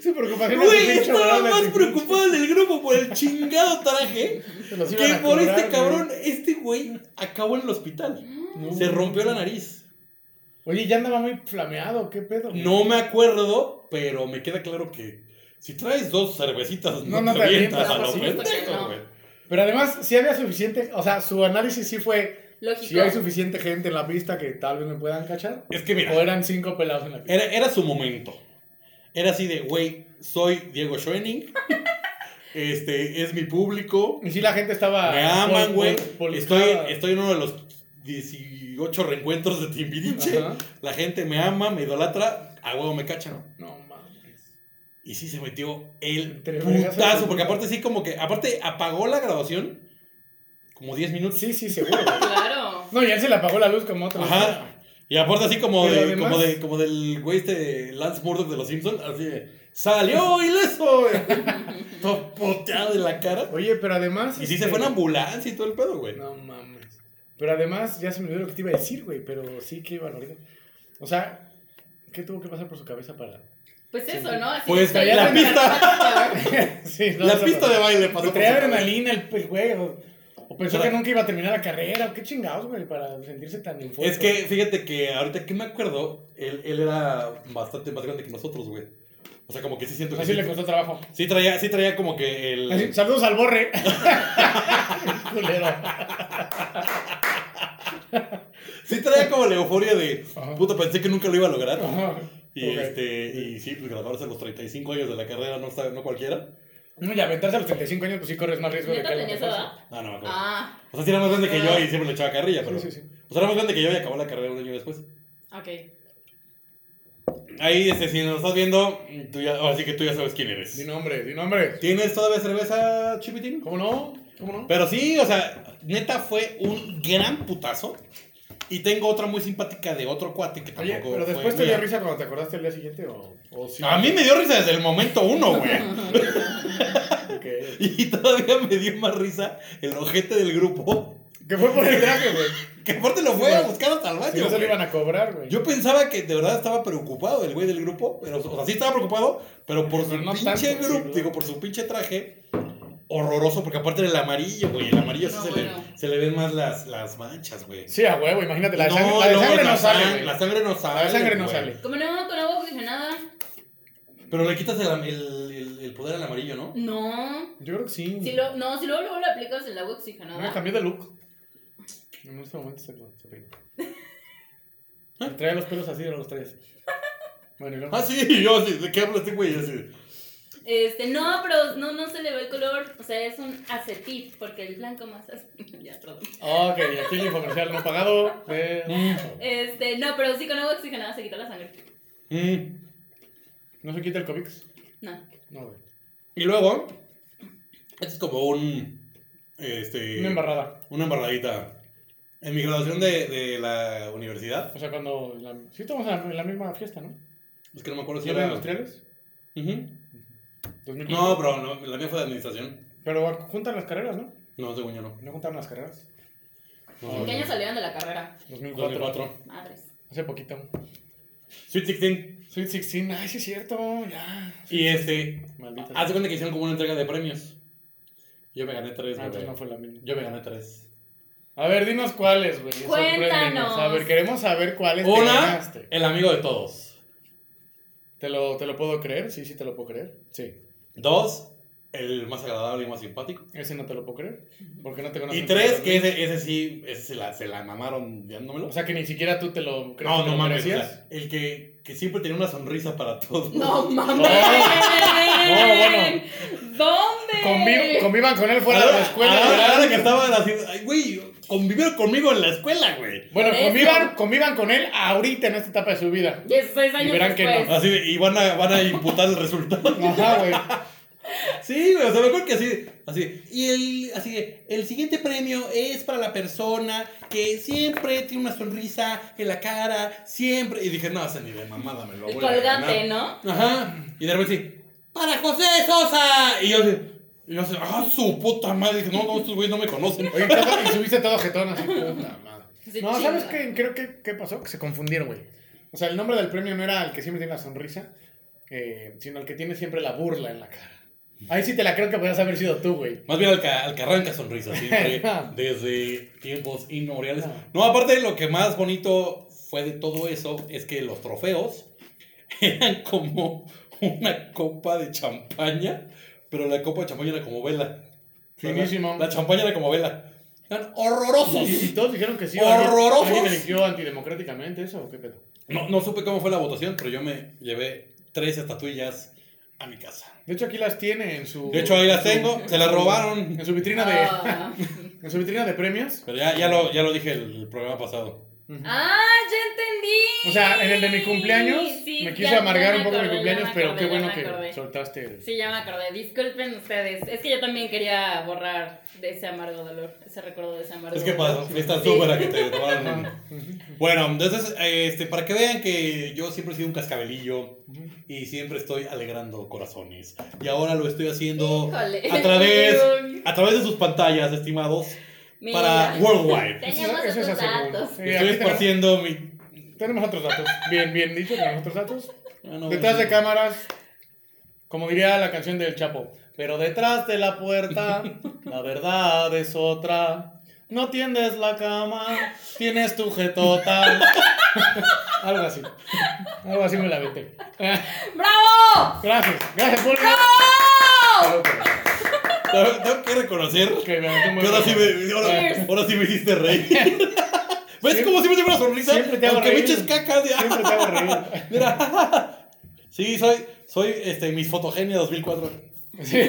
Su preocupación era Güey, su pinche estaba brother, más sí. preocupado del grupo por el chingado traje Se los iban que a por cobrar, este güey. cabrón. Este güey acabó en el hospital. No. Se rompió la nariz. Oye, ya andaba muy flameado, ¿qué pedo? No me acuerdo, pero me queda claro que si traes dos cervecitas, no, te avientas a por lo supuesto que pendejo, no. güey. Pero además, si había suficiente. O sea, su análisis sí fue. Lógico. Si hay suficiente gente en la pista que tal vez me puedan cachar. Es que O mira, eran cinco pelados en la pista. era, era su momento. Era así de, güey, soy Diego Schoening. este es mi público. Y si la gente estaba. Me aman, Ah, pol- güey. pol- pol- Estoy, polizada. estoy en uno de los 18 reencuentros de Timbiriche. Ajá. La gente me ama, me idolatra. A huevo me cachan. No mames. Y sí se metió el Entre vergas, putazo, porque aparte sí como que, aparte apagó la grabación como 10 minutos. Sí, sí, seguro. güey. Claro. No, y él se le apagó la luz como otra. Ajá. Y aparte así como Pero de, además- como de, como del güey este Lance Murdoch de los Simpsons, así de, salió ileso, güey. Todo puteado de la cara. Oye, pero además. Y sí se este, fue en ambulancia y todo el pedo, güey. No mames. Pero además, ya se me olvidó lo que te iba a decir, güey. Pero sí que iba a olvidar. O sea, ¿qué tuvo que pasar por su cabeza para.? Pues eso, ¿no? Así Pues, estoy la en sí, no, la eso pista no. de baile Pero pasó por traía su cabeza. adrenalina el, el güey. O, o pensó Claro. que nunca iba a terminar la carrera. O qué chingados, güey, para sentirse tan enfoque. Es que, fíjate que ahorita que me acuerdo, él, él era bastante más grande que nosotros, güey. O sea, como que sí siento que Así sí, le costó trabajo. sí traía, sí traía como que el... Así, saludos al borre. Culero. Sí traía como la euforia de Ajá. puta, pensé que nunca lo iba a lograr. Ajá. Y Ok. este, y sí, pues graduarse a los 35 años de la carrera no está, no cualquiera. No, y aventarse a los 35 años, pues sí corres más riesgo de ¿Neta que algo te tenías esa pase. edad? No, no me acuerdo. Ah, O sea, sí era más grande que yo y siempre le echaba carrilla, pero. Sí, sí, sí. O sea, era más grande que yo y acabó la carrera un año después. ok. Ahí, este, si nos estás viendo, tú ya, ahora sí que tú ya sabes quién eres. Di nombre, di nombre. ¿Tienes todavía cerveza, Chipitín? ¿Cómo no? ¿Cómo no? Pero sí, o sea, neta fue un gran putazo. Y tengo otra muy simpática de otro cuate que Oye, tampoco. pero fue después te mía. dio risa cuando te acordaste el día siguiente o, o sí. A mí me dio risa desde el momento uno, güey. Que, Y todavía me dio más risa el ojete del grupo. que fue por el traje, güey. Que aparte lo fue a buscar hasta el Si no baño. se lo güey. iban a cobrar, güey. Ah, Yo pensaba que de verdad estaba preocupado el güey del grupo, pero, o sea, sí estaba preocupado, pero por su No pinche tanto, grupo, sí, digo, por su pinche traje horroroso, porque aparte del amarillo, güey, el amarillo sí No, se, bueno. le, se le ven más las, las manchas, güey. Sí, a huevo, imagínate, la de No, sangre, la de no, sangre no, la sale, sang- güey. La sangre no sale. sangre no güey. sale. Como no, con agua oxigenada. Pero Pero le quitas el, el, el- el poder al amarillo, ¿no? No. Yo creo que sí. Si lo, no, si luego, luego lo aplicas en la agua Me oxigenada. cambié de look. En este momento se, se peina. Le Trae los pelos así, ahora los trae así. Bueno, y luego. Ah, sí, yo así, ¿de qué hablo este güey? Así. Este, no, pero no, no se le ve el color. O sea, es un acetil, porque el blanco más acetil. ya, perdón. Ok, y aquí el infomercial no pagado. de- Mm, Este, no, pero sí con agua oxigenada se quita la sangre. mm. ¿No se quita el Covix? No. No, güey. Y luego, este es como un. Este, Una embarrada. una embarradita. En mi graduación de, de la universidad, O sea, cuando. La... Sí, estamos en la- en la misma fiesta, ¿no? es que no me acuerdo si ¿Siete era. industriales? Ujú. 2015. No, pero no, la mía fue de administración. Pero juntan las carreras, ¿no? No, según yo no. ¿No juntaron las carreras? ¿En qué no según año yo. salieron de la carrera? 2004. 2004. Madres. Hace poquito. Sweet 16. Sweet 16. Ay, sí es cierto. Ya. Y este, Maldita. sea. hace cuenta que hicieron como una entrega de premios. Yo me gané tres, Ah, entonces güey. no fue la misma. Yo me gané tres. A ver, dinos cuáles, güey. Cuéntanos. Sorpréndenos. A ver, queremos saber cuáles te Una, ganaste. el amigo de todos. ¿Te lo, ¿Te lo puedo creer? Sí, sí te lo puedo creer. Sí. Dos, el más agradable y más simpático. Ese no te lo puedo creer. Porque no te conozco. Y tres, que ese, ese sí, ese se la, se la mamaron dándomelo. O sea, que ni siquiera tú te lo crees que no, te no lo mames. o merecías. sea, el que, que siempre tenía una sonrisa para todos. No mames. bueno. ¿Dónde? Conviv- convivan con él fuera de la escuela. Ahora, ¿verdad? ahora que estaba en la ciudad. ay, Güey, convivieron conmigo en la escuela, güey. Bueno, Por eso. convivan, convivan con él ahorita en esta etapa de su vida. 16 años Y verán que después. Así de, y van a, van a imputar el resultado. Ajá, güey. Sí, güey, o sea, me acuerdo que así, así. Y el, así de, el siguiente premio es para la persona que siempre tiene una sonrisa en la cara, siempre. Y dije, no, o sea, ni de mamada me lo El voy a ganar. colgante, ¿no? Ajá. Y de repente sí, para José Sosa. Y yo así, y yo así, ah, su puta madre. Dije, no, no, estos güeyes no me conocen. Oye, todo- y subiste todo jetón así, puta madre. Se No, ¿sabes chinga. qué? Creo que ¿qué pasó? Que se confundieron, güey. O sea, el nombre del premio no era el que siempre tiene la sonrisa, eh, sino el que tiene siempre la burla en la cara. Ahí sí te la creo que podías haber sido tú, güey. Más bien al que, al que arranca sonrisa, siempre, desde tiempos inmemoriales. No, aparte, lo que más bonito fue de todo eso es que los trofeos eran como una copa de champaña, pero la copa de champaña era como vela. Finísimo. La, champaña era como vela. Eran Y, y horrorosos. todos dijeron que sí. Horrorosos. ¿Alguien eligió antidemocráticamente eso o qué pedo? No, no supe cómo fue la votación, pero yo me llevé tres estatuillas a mi casa. De hecho, aquí las tiene en su... De hecho, ahí las en su- tengo, se las robaron. En su vitrina de, Ah, en su vitrina de premios. Pero ya, ya, lo, ya lo dije el programa pasado. Ah, ya entendí. O sea, en el de mi cumpleaños, Sí, me ya- quise ya amargar me un poco mi acordé, ya cumpleaños, me pero acordé, qué ya bueno me que acordé. soltaste el... Sí, ya me acordé. Disculpen ustedes. Es que yo también quería borrar de ese amargo dolor, ese recuerdo de ese amargo Es que dolor. para fiestas Sí. tú para que te tomaran. Bueno, entonces, este, para que vean que yo siempre he sido un cascabelillo y siempre estoy alegrando corazones. Y ahora lo estoy haciendo Híjole. a través, a través de sus pantallas, estimados, Mira, para Worldwide. Teníamos Eso- eso es otros aseguro. datos. Sí, Estoy aquí tenemos, esparciendo mi. tenemos otros datos. Bien, bien dicho, tenemos otros datos. Ah, no, Detrás sí. de cámaras, como diría la canción del Chapo, pero detrás de la puerta, la verdad es otra. No tiendes la cama, tienes tu jetota. Algo así. Algo así me la vete. ¡Bravo! Gracias, gracias, Pulga. ¡Bravo! Tengo tengo que reconocer Ok, me metí muy que ahora sí bien. me, ahora, ahora sí me hiciste reír. ¿Ves Siempre- cómo siempre tengo una sonrisa? siempre te hago Aunque me reír. eches caca. de- Siempre te hago reír. Mira. Sí, soy, soy este, mis fotogenia 2004. Sí,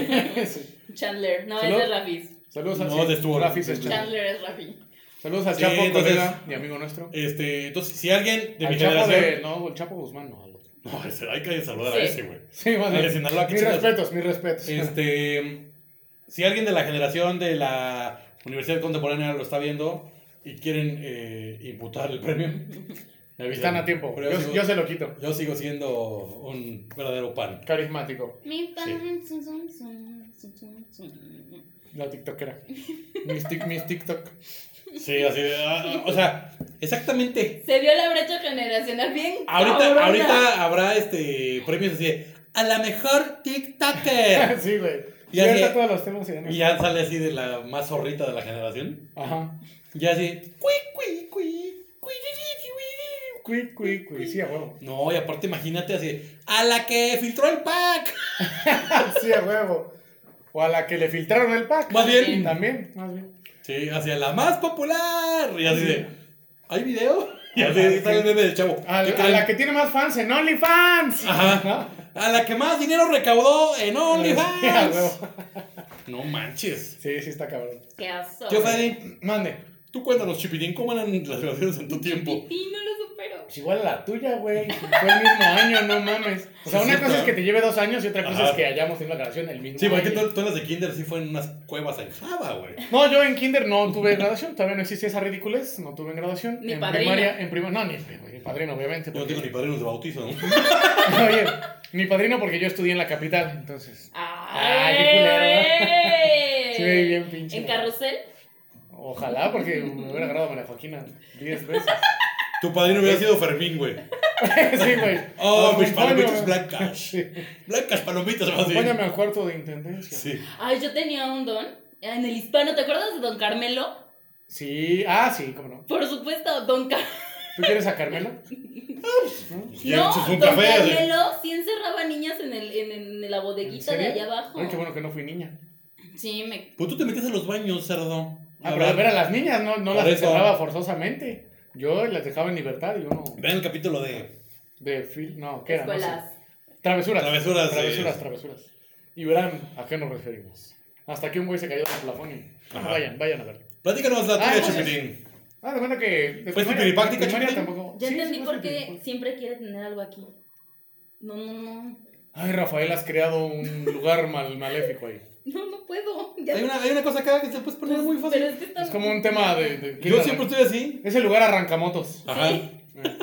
sí. Chandler, no, Solo- ese es Rafi. Saludos No, de Stuart. Rafi se- Chandler es Rafi. Saludos al Sí, Chapo, entonces- colega y amigo nuestro. Este, entonces, si alguien de Al mi Chapo generación. de- No, el Chapo Guzmán no. al otro. No, ese- hay que saludar a Sí. ese, güey. Sí, más Al de bien. Sinaloa, qué Mis chingados. respetos, mis respetos. Este, si alguien de la generación de la Universidad Contemporánea lo está viendo y quieren eh, imputar el premio, me avisan. Están a tiempo. Pero Yo, sigo- yo se lo quito. yo sigo siendo un verdadero pan. Carismático. Mi pan, zum, zum, zum, zum, zum, zum. La TikTokera. Mis, tic- mis TikTok. Sí, así de, ah, ah, O sea, exactamente. Se vio la brecha generacional bien. Ahorita, cabrona. ahorita habrá este premios así de a la mejor TikToker. sí, güey. Y Y ahorita así- todos los temas se llaman. y ya sale así de la más zorrita de la generación. Ajá. Y así. "Cui, cui, cui, cui, di, di, di, cui, Cui, cui, cui. Sí, a huevo. No, y aparte imagínate así, a la que filtró el pack. Sí, a huevo. O a la que le filtraron el pack. Más bien. También, más bien. Sí, hacia la más popular. Y así de, ¿hay video? Y así Ajá, está sí. el meme del chavo. A, ¿Qué a creen? la que tiene más fans en OnlyFans. Ajá. A la que más dinero recaudó en Sí, a OnlyFans. huevo. No manches. Sí, sí, está cabrón. Qué asco. Tío Freddy, Mande. tú cuéntanos, Chipitín, ¿cómo eran las relaciones en tu tiempo? Y no lo supero. Pues igual la tuya, güey. Fue el mismo año, no mames. O sea, una Sí, sí, cosa es claro. que te lleve dos años y otra cosa Ajá. es que hayamos tenido la grabación el mismo Sí, porque año. tú, tú las de Kinder sí fue en unas cuevas en Java, güey. No, yo en kinder no tuve graduación, todavía no existía esa ridiculez, no tuve graduación. Ni en padrino. primaria, en primaria, no, ni, ni padrino, obviamente. Yo no porque- tengo ni padrinos de bautizo, ¿no? Oye, ni padrino porque yo estudié en la capital, entonces. Ah, Ay, qué qué Sí, bien pinche. ¿En carrusel? Ojalá, porque me hubiera agarrado a María Joaquina diez veces. Tu padrino hubiera sido Fermín, güey. sí, güey. Oh, Acompáñame. mis palomitas blancas. Sí. Pues, Blancas palomitas, más bien. Acompáñame al cuarto de intendencia. Sí. Ay, yo tenía un don en el hispano. ¿Te acuerdas de don Carmelo? Sí, ah, sí, cómo no. Por supuesto, don Carmelo. ¿Tú quieres a Carmelo? Y No, echas don un café. así. Carmelo sí encerraba niñas en, el, en, en- en la bodeguita de serio? allá abajo. Ay, qué bueno que no fui niña. Sí, me... Pues tú te metes a los baños, cerdo. Ah, pero a ver a las niñas, no, no Por las eso. encerraba forzosamente. Yo las dejaba en libertad y yo no. Vean el capítulo de. De fil... No, ¿qué era? No sé. Escuelas. Travesuras. Travesuras, Travesuras, sí. travesuras. Y verán a qué nos referimos. Hasta que un güey se cayó del plafón y... Ajá. Vayan, vayan a ver. Platícanos la Ah, tuya, entonces- Chipitín. Ah, de manera que... de ¿Fue primaria- pipiripáctica, de primaria chiquitín? tampoco- Ya Sí, entendí sí, fue por qué pipiripáctica. siempre quiere tener algo aquí. No, no, no. Ay, Rafael, has creado un lugar mal, maléfico ahí. No, no puedo. Ya- Hay una, hay una cosa acá que se puede poner muy Pues, Pero fácil. es que está- Es como un tema de... de- Yo siempre estoy así. Es el lugar arrancamotos. Ajá.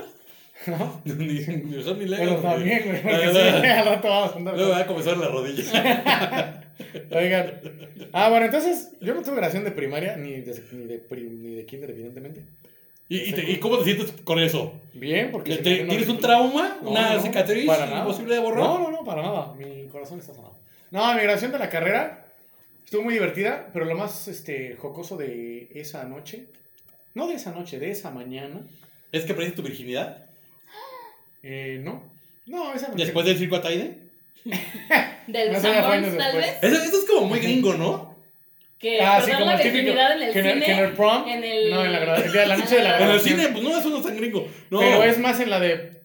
¿No? Ni, ni, yo ni leo, Pero güey. también, güey, porque La sí, verdad. al rato vamos a andar... Luego va a comenzar la rodilla. Oigan. Ah, bueno, entonces, yo no tuve grabación de primaria, ni de, ni de, pri- ni de kinder, evidentemente. ¿Y, y te- y cómo te sientes con eso? Bien, porque... se ¿Te- me hace una ¿Tienes un ridícula. trauma? No, ¿Una no, cicatriz para nada. imposible de borrar? No, no, no, para nada. Mi corazón está sonado. No, mi grabación de la carrera estuvo muy divertida, pero lo más este, jocoso de esa noche, no de esa noche, de esa mañana, ¿Es que perdiste tu virginidad? eh, no. No, esa noche. ¿Después del circo Ataide? Del No sé, Sanborns, fue años tal después. vez. Eso, eso es como muy gringo, ¿no? Que Ah, sí, perder como la el típico. virginidad en el que en el, cine. que en el prom. en el- No, en la, gra- el día de la noche de la En el grabación. cine, pues no, eso no es tan gringo. No, Pero es más en la de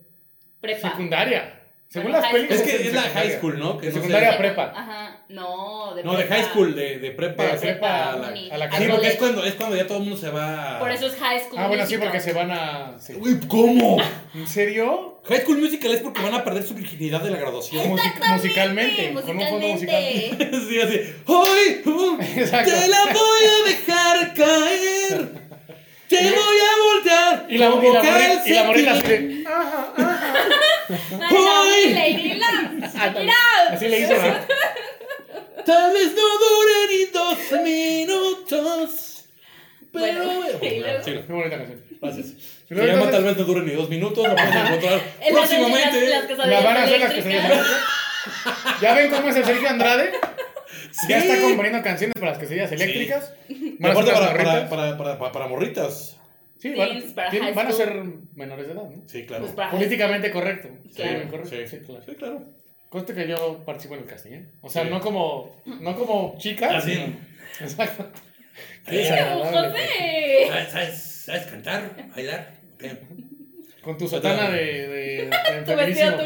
Prepa. secundaria. Según Bueno, las high películas. Es que es la secundaria. high school, ¿no? De Que no sé- secundaria a prepa. Ajá. No, de No, de prepa. high school, de, de prepa. De a prepa prepa a la- uni. a la Al Sí, porque es colegio. cuando, es cuando ya todo el mundo se va. a- Por eso es high school. Ah, bueno, sí, musical. porque se van a. sí. Uy, ¿cómo? ¿En serio? High School Musical es porque van a perder su virginidad de la graduación. Music- musicalmente, Musicalmente. con un fondo musical. sí, así. ¡Hoy! uh, Exacto. ¡Te la voy a dejar caer! ¡Te voy a voltear! Y la, y la, provocar morri- el y la morrita así sentimiento. de- Ay, la Lady Lam, Shakira. ah, Así le hizo, ¿verdad? Tal vez no dure ni dos minutos. Pero. Bueno, y luego- Sí, Qué bonita canción. Gracias. Se luego llama entonces- Tal vez no dure ni dos minutos. La pueden encontrar En la de- próximamente. las- las La quesadillas van a hacer las que se eléctricas. ¿Ya ven cómo es el Sergio Andrade? Ya Sí. está componiendo canciones para las quesadillas eléctricas. Y Van a aparte hacer para, las para, morritas. para, para, para, para morritas. Sí, van, Teens para tienen- high van a school. ser menores de edad, ¿no? Sí, claro. Pues para- Políticamente correcto. Sí, Claro. bien correcto. sí, Sí, claro. sí, claro. Conste que yo participo en el casting, ¿eh? O sea, Sí. Ah, no como no como chica. Así. sino- Exacto. Pero, José. ¿Sabes, sabes- sabes cantar? ¿Bailar? ok. Con tu sotana de, de, de Tu vestido feminisimo.com.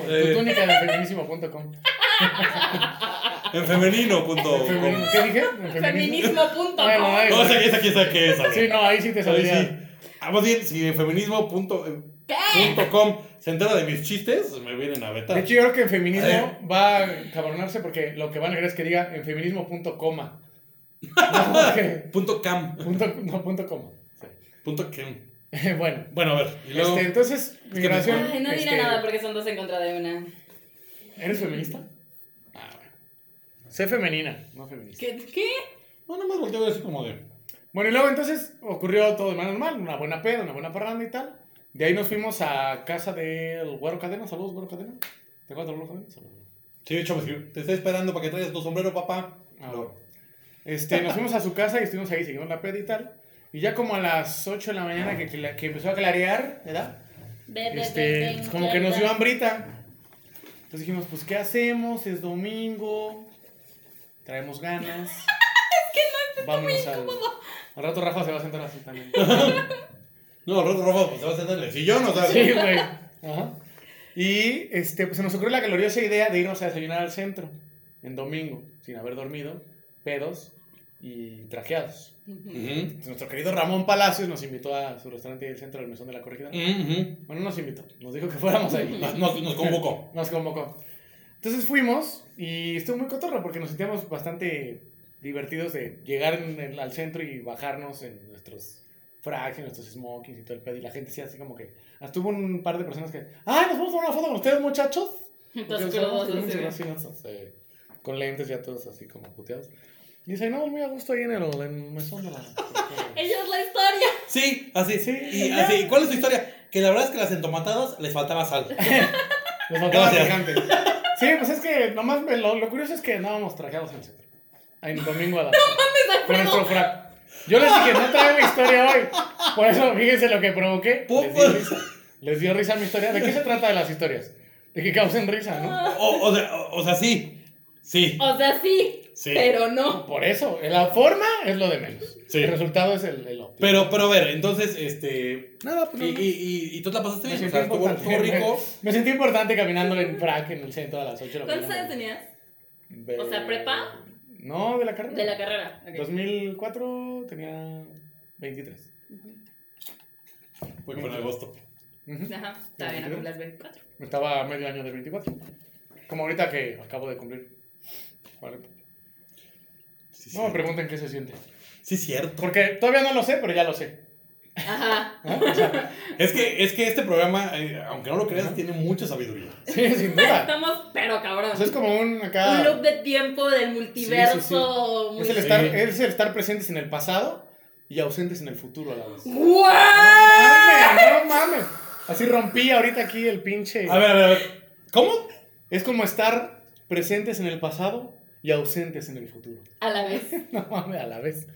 túnica. Tu túnica de feminisimo.com. En femenino, punto. Femini- com. ¿Qué dije? ¿En feminismo? Ah, Feminismo punto. Bueno, com. ahí- No, esa, esa, esa, que esa. Sí, no, ahí sí te Ahí sabría. sí. Ah, más bien, si en feminismo punto, eh, ¿Qué? punto com se entera de mis chistes, me vienen a De vetar. hecho, yo creo que en feminismo Eh. va a cabronarse porque lo que van a querer es que diga en feminismo.coma. No, porque- Ah, Punto cam. punto, no, punto coma. Punto cam. Eh, bueno, Bueno, a ver. Y luego, este, entonces, mi que me- grabación, Ay, no diré este, nada porque son dos en contra de una. ¿Eres feminista? Ah, bueno. Sé femenina, no feminista. ¿Qué? ¿Qué? no, nomás volteo así como de. Bueno, y luego entonces ocurrió todo de manera normal, una buena peda, una buena parranda y tal. De ahí nos fuimos a casa del Güero Cadena. Saludos, Güero Cadena. ¿Te acuerdas del Güero Cadena? Saludos. Sí, de hecho, pues, te estoy esperando para que traigas tu sombrero, papá. Ah, No. bueno. Este, nos fuimos a su casa y estuvimos ahí, seguimos la peda y tal. Y ya como a las 8 de la mañana que, que la- que empezó a clarear, ¿verdad? Vete, este, vete, como que nos dio vete. hambrita. Entonces dijimos, pues, ¿qué hacemos? Es domingo, traemos ganas. es que no está muy incómodo. Al rato Rafa se va a sentar así también. No, el rato rojo pues, se va a sentar en el sillón, o sea. sí, güey. Ajá. Y este, pues, se nos ocurrió la gloriosa idea de irnos a desayunar al centro en domingo, sin haber dormido, pedos y trajeados. Ujú, Entonces, nuestro querido Ramón Palacios nos invitó a su restaurante del centro del Mesón de la Corregidora. ujú. Bueno, nos invitó, nos dijo que fuéramos ahí. Nos- Nos, nos convocó. Nos convocó. Entonces fuimos y estuvo muy cotorro porque nos sentíamos bastante divertidos de llegar en- en- al centro y bajarnos en nuestros frags y nuestros smokings y todo el pedo. Y la gente sí así como que... Hasta hubo un par de personas que... ¡Ay, nos vamos a tomar una foto con ustedes, muchachos! Porque Entonces, nosotros todos tenemos así, unos vecinos, eh, Con lentes ya todos así como puteados. Y desayunamos muy a gusto ahí en el, en el mesón de la... Ella es la historia. Sí, así, sí. Sí, Y ya. así, ¿cuál es tu historia? Que la verdad es que las entomatadas les faltaba sal. Nos faltaba Gracias. picante. Sí, pues es que nomás me- lo, lo curioso es que andábamos trajeados en el centro. En domingo a la Con nuestro frac. Yo les dije, no trae mi historia hoy. Por eso, fíjense lo que provoqué. Les dio risa. Les dio risa mi historia. ¿De qué se trata de las historias? De que causen risa, ¿no? O, o sea, o- o sea, sí. Sí, O sea, sí, sí. pero no. Por eso, la forma es lo de menos. Sí. El resultado es el, el óptimo. Pero, pero a ver, entonces, este. Nada, pues Y, no, no. y, y, y tú te la pasaste Me bien. sentí O sea, estuvo, importante. estuvo rico. Me sentí importante caminando en frac en el centro a las 8 de la mañana. ¿Cuántos años tenías? O sea, ¿prepa? No, de la carrera. De la carrera. ok. 2004 tenía 23. Fue como en agosto. Ujú. Ajá, está bien, a las 24. Estaba a medio año de 24. Como ahorita que acabo de cumplir. 40. Sí, No me cierto. pregunten qué se siente. Sí, cierto. Porque todavía no lo sé, pero ya lo sé. Ajá. ¿no? O sea, Es que, es que este programa, eh, aunque no lo creas, Ajá. tiene mucha sabiduría. sí, sin duda. Estamos, pero cabrón. O sea, es como un Un acá. loop de tiempo del multiverso. Es el, muy- estar, Sí. es el estar presentes en el pasado y ausentes en el futuro a la vez. ¡Guau! ¡Mames! ¡No mames! Así rompí ahorita aquí el pinche. A ver, a ver, a ver. ¿Cómo? Es como estar presentes en el pasado y ausentes en el futuro. A la vez. No mames, a la vez.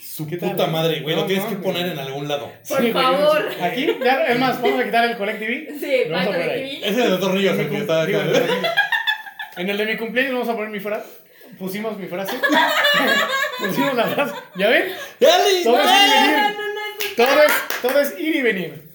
Su ¿Qué puta tal? madre, güey. lo No tienes que mames. poner en algún lado. Por güey, favor. Aquí, ya, es más, vamos a quitar el Collective. Sí, Lo vamos Paco a poner ahí. de Ese de los tornillos, el que está Digo, acá. En el de mi cumpleaños vamos a poner mi frase. Pusimos mi frase. Pusimos la frase. ¿Ya ven? ¡Dale! Todo es ir y venir. No, no, no, es Todo es, todo es ir y venir.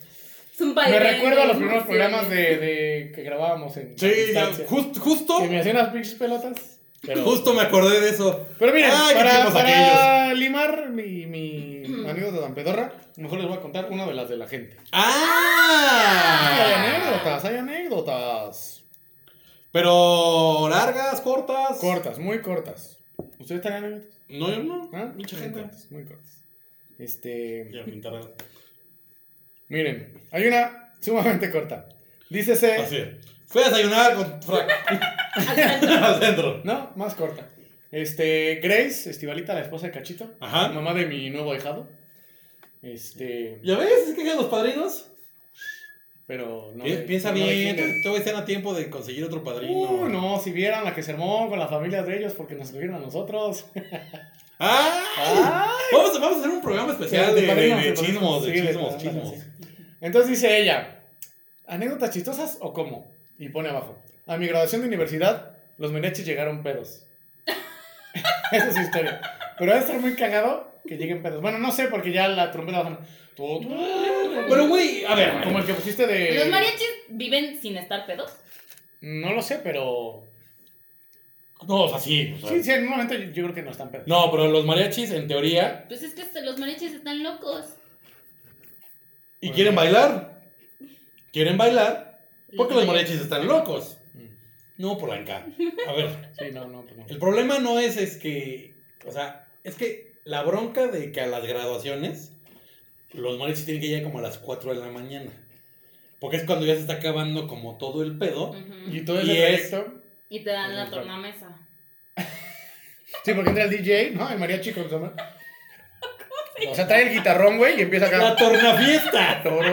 es un Me baile. recuerdo a los primeros Sí. programas de, de que grabábamos en Sí, ya, distancia. just- justo, Que me hacían las pinches pelotas. Pero, justo me acordé de eso. pero miren, Ay, qué para, tiempos para limar mi, mi amigo de Don Pedorra, mejor les voy a contar una de las de la gente. Hay ¡Ah! anécdotas, hay anécdotas. Pero largas, cortas. Cortas, muy cortas. ¿Ustedes tienen anécdotas? No, yo no. ¿Ah? Mucha Muy gente. Eh. cortas, Muy cortas. Este, Ya, pintar algo. miren, hay una sumamente corta. Dícese, Así. Fui a desayunar con Frank. Al centro. no, más corta. Este, Grace, Estivalita, la esposa de Cachito, la Ajá. mamá de mi nuevo ahijado. Este, ¿Ya ves? Es que llegan los padrinos. pero no. Pi- de- Piensa no de bien. kinder. Te voy a estar a tiempo de conseguir otro padrino. Uh, no, si vieran la que se armó con las familias de ellos porque nos escogieron a nosotros. ¡Ah! Vamos, a- vamos a hacer un programa especial Sí, de, de, padrinos, de de padrinos. chismos, de Sí, de- chismos, de- chismos. sí. Entonces dice ella, ¿anécdotas chistosas o cómo? Y pone abajo, a mi graduación de universidad, los menechis llegaron pedos. Esa es su historia. Pero va a estar muy cagado que lleguen pedos. Bueno, no sé, porque ya la trompeta va a sonar. Tu, tu, Pero, güey, a ver. Como el que pusiste de... ¿Los mariachis viven sin estar pedos? No lo sé, pero... No, o sea, sí. o sea. Sí, sí, en un momento yo, yo creo que no están pedos. No, pero los mariachis, en teoría. Pues es que este- los mariachis están locos. ¿Y Bueno. quieren bailar? ¿Quieren bailar? Porque los Los mariachis. mariachis están locos. Mm. No, Polanca. A ver, Sí, no, no, pues no. el problema no es, es que. O sea, es que la bronca de que a las graduaciones los mariachis tienen que llegar como a las 4 de la mañana. Porque es cuando ya se está acabando como todo el pedo. Ujú. Y todo ese Y es- proyecto... Y te dan la Exacto. tornamesa. Sí, porque entra el DJ, ¿no? El mariachi con su mamá. O sea, trae el guitarrón, güey, y empieza acá... ¡La tornafiesta! O O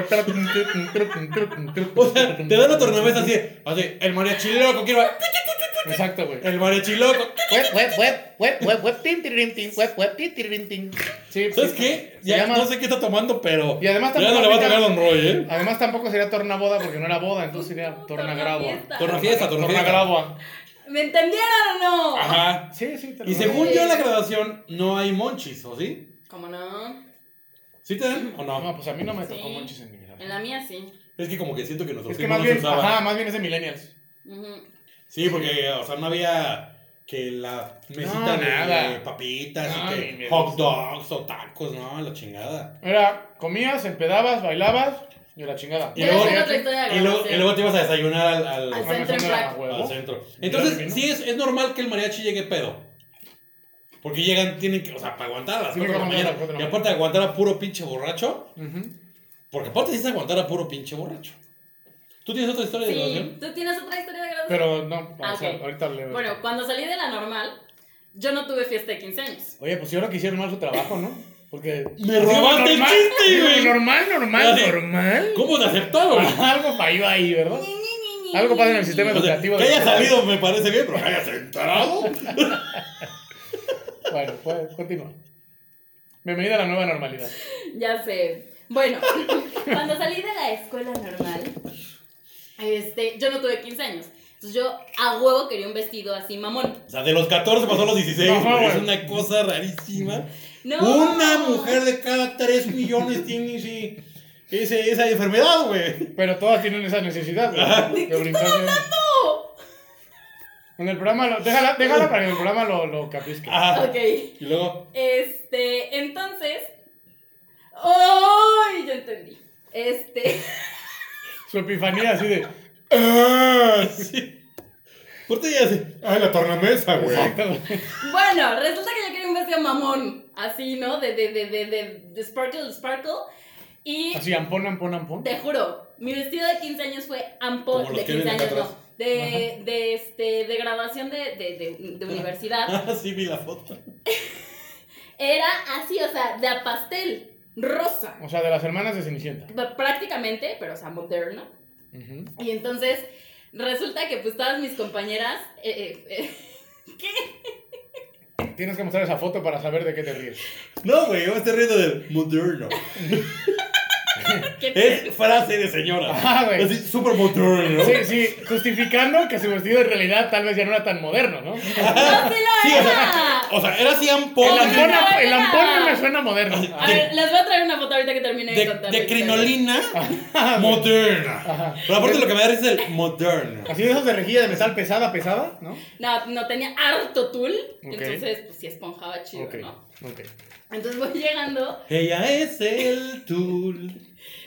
sea, te dan la tornamesa así, así, el mariachi loco, quiero. Exacto, güey. El mariachi loco. Web, web, web, web, web, web, tin, tiririn, tin, web, web, tin, tiririn, tin. Sí, ¿Sabes sí. qué? Se Ya llama- no sé qué está tomando, pero. Y además ya no le va a tocar Don Roy, ¿eh? Además tampoco sería tornaboda porque no era boda, entonces sería No, tornagragua. tornafiesta. Tornafiesta, tornafiesta. Tornagragua. ¿Me entendieron o no? Ajá. Sí, sí, Y tornagragua. según yo, en la graduación no hay monchis, ¿o sí? ¿Cómo no? ¿Sí te dan o No, no? pues a mí no me tocó Sí. monchis en mi vida. En la mía sí. Es que como que siento que nosotros Es que no más se bien, usaba. ajá, más bien es de millennials. Ujú. Sí, porque, o sea, no había que la mesita No, de nada. papitas No, y ni que me hot gusta. dogs o tacos, no, la chingada. Era, comías, empedabas, bailabas y a la chingada. Y Ya luego- esa era otra historia de Y luego, y graduación. luego te ibas a desayunar al, al- Al Ah, no, centro en no era Black. huevo. al centro. Mira, Entonces, vino. sí es, es normal que el mariachi llegue pedo. Porque llegan, tienen que, o sea, para aguantar a las Tiene 4 de que aguantar a la mañana. las cuatro de Y la aparte de aguantar a puro pinche borracho, Ujú. porque aparte sí se aguantar a puro pinche borracho. ¿Tú tienes otra historia de Sí, graduación? tú tienes otra historia de graduación. Pero no, Ah, o sea, ok. ahorita le... Bueno, cuando salí de la normal, yo no tuve fiesta de 15 años. Oye, pues yo creo que hicieron mal su trabajo, ¿no? Porque... ¡Me robaste el Normal, chiste, digo, güey! Normal, normal, Así. normal. ¿Cómo te aceptó, güey? Algo falló ahí, ¿verdad? Algo pasa en el sistema O sea, educativo. que de- haya salido me parece bien, pero que hayas entrado. Bueno, pues, continúa. Bienvenida a la nueva normalidad. Ya sé. Bueno, cuando salí de la escuela normal, este, yo no tuve 15 años. Entonces yo a huevo quería un vestido así mamón. O sea, de los 14 pasó a los 16. No, güey, es güey. una cosa rarísima. No. Una mujer de cada 3 millones tiene ese- ese- esa enfermedad, güey. Pero todas tienen esa necesidad, Ah, güey. De brincarse. No. En el programa lo. Déjala, déjala para que en el programa lo, lo capisca. Ajá. Ok. Y luego, Este, entonces. ¡Ay! ya entendí. Este. Su epifanía así de. ¡ah! Sí. ¿Por qué ya hace? ¡Ay, la tornamesa, güey! Bueno, resulta que yo quería un vestido mamón. Así, ¿no? De, de, de, de, de, de sparkle, sparkle. Y Así, ampón, ampón, ampón. Te juro, mi vestido de 15 años fue ampón. Como los De que 15 vienen acá años, no. atrás. De, de, este, de graduación de, de, de, de universidad. Ah, sí, vi la foto. Era así, o sea, de a pastel, rosa. O sea, de las hermanas de Cenicienta. Prácticamente, pero o sea, moderna. Ujú. Y entonces, resulta que pues todas mis compañeras. eh, eh, eh, Tienes que mostrar esa foto para saber de qué te ríes. No, güey, yo me estoy riendo del moderno. ¿qué Es frase de señora. Ajá, güey. Así, súper moderno. Sí, sí, justificando que su vestido en realidad tal vez ya no era tan moderno, ¿no? El ¡No se lo Sí, o era! O sea, era así ampón. El así, ampón, el ampón no me suena moderno. A ver, les voy a traer una foto ahorita que termine de, contar de mi historia. crinolina moderna. Ajá. Pero aparte lo que me da risa es el moderna. Así de esos de rejilla de metal pesada, pesada, ¿no? No, no tenía harto tul. Ok. Entonces, pues sí esponjaba chido, Ok, ¿no? ok. Entonces voy llegando. Ella es el tool.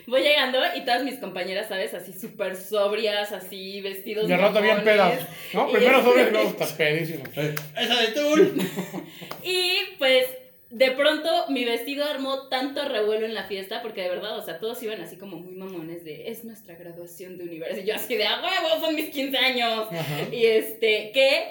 Voy llegando y todas mis compañeras, ¿sabes? Así súper sobrias, así vestidos. De rato bien mamones. pedas. ¿No? Y Primero este- sobre y luego está pedísimo. Eh, Esa de tool. Y pues de pronto mi vestido armó tanto revuelo en la fiesta porque de verdad, o sea, todos iban así como muy mamones de es nuestra graduación de universidad. Y yo así de a huevo, son mis 15 años. Ajá. Y este, que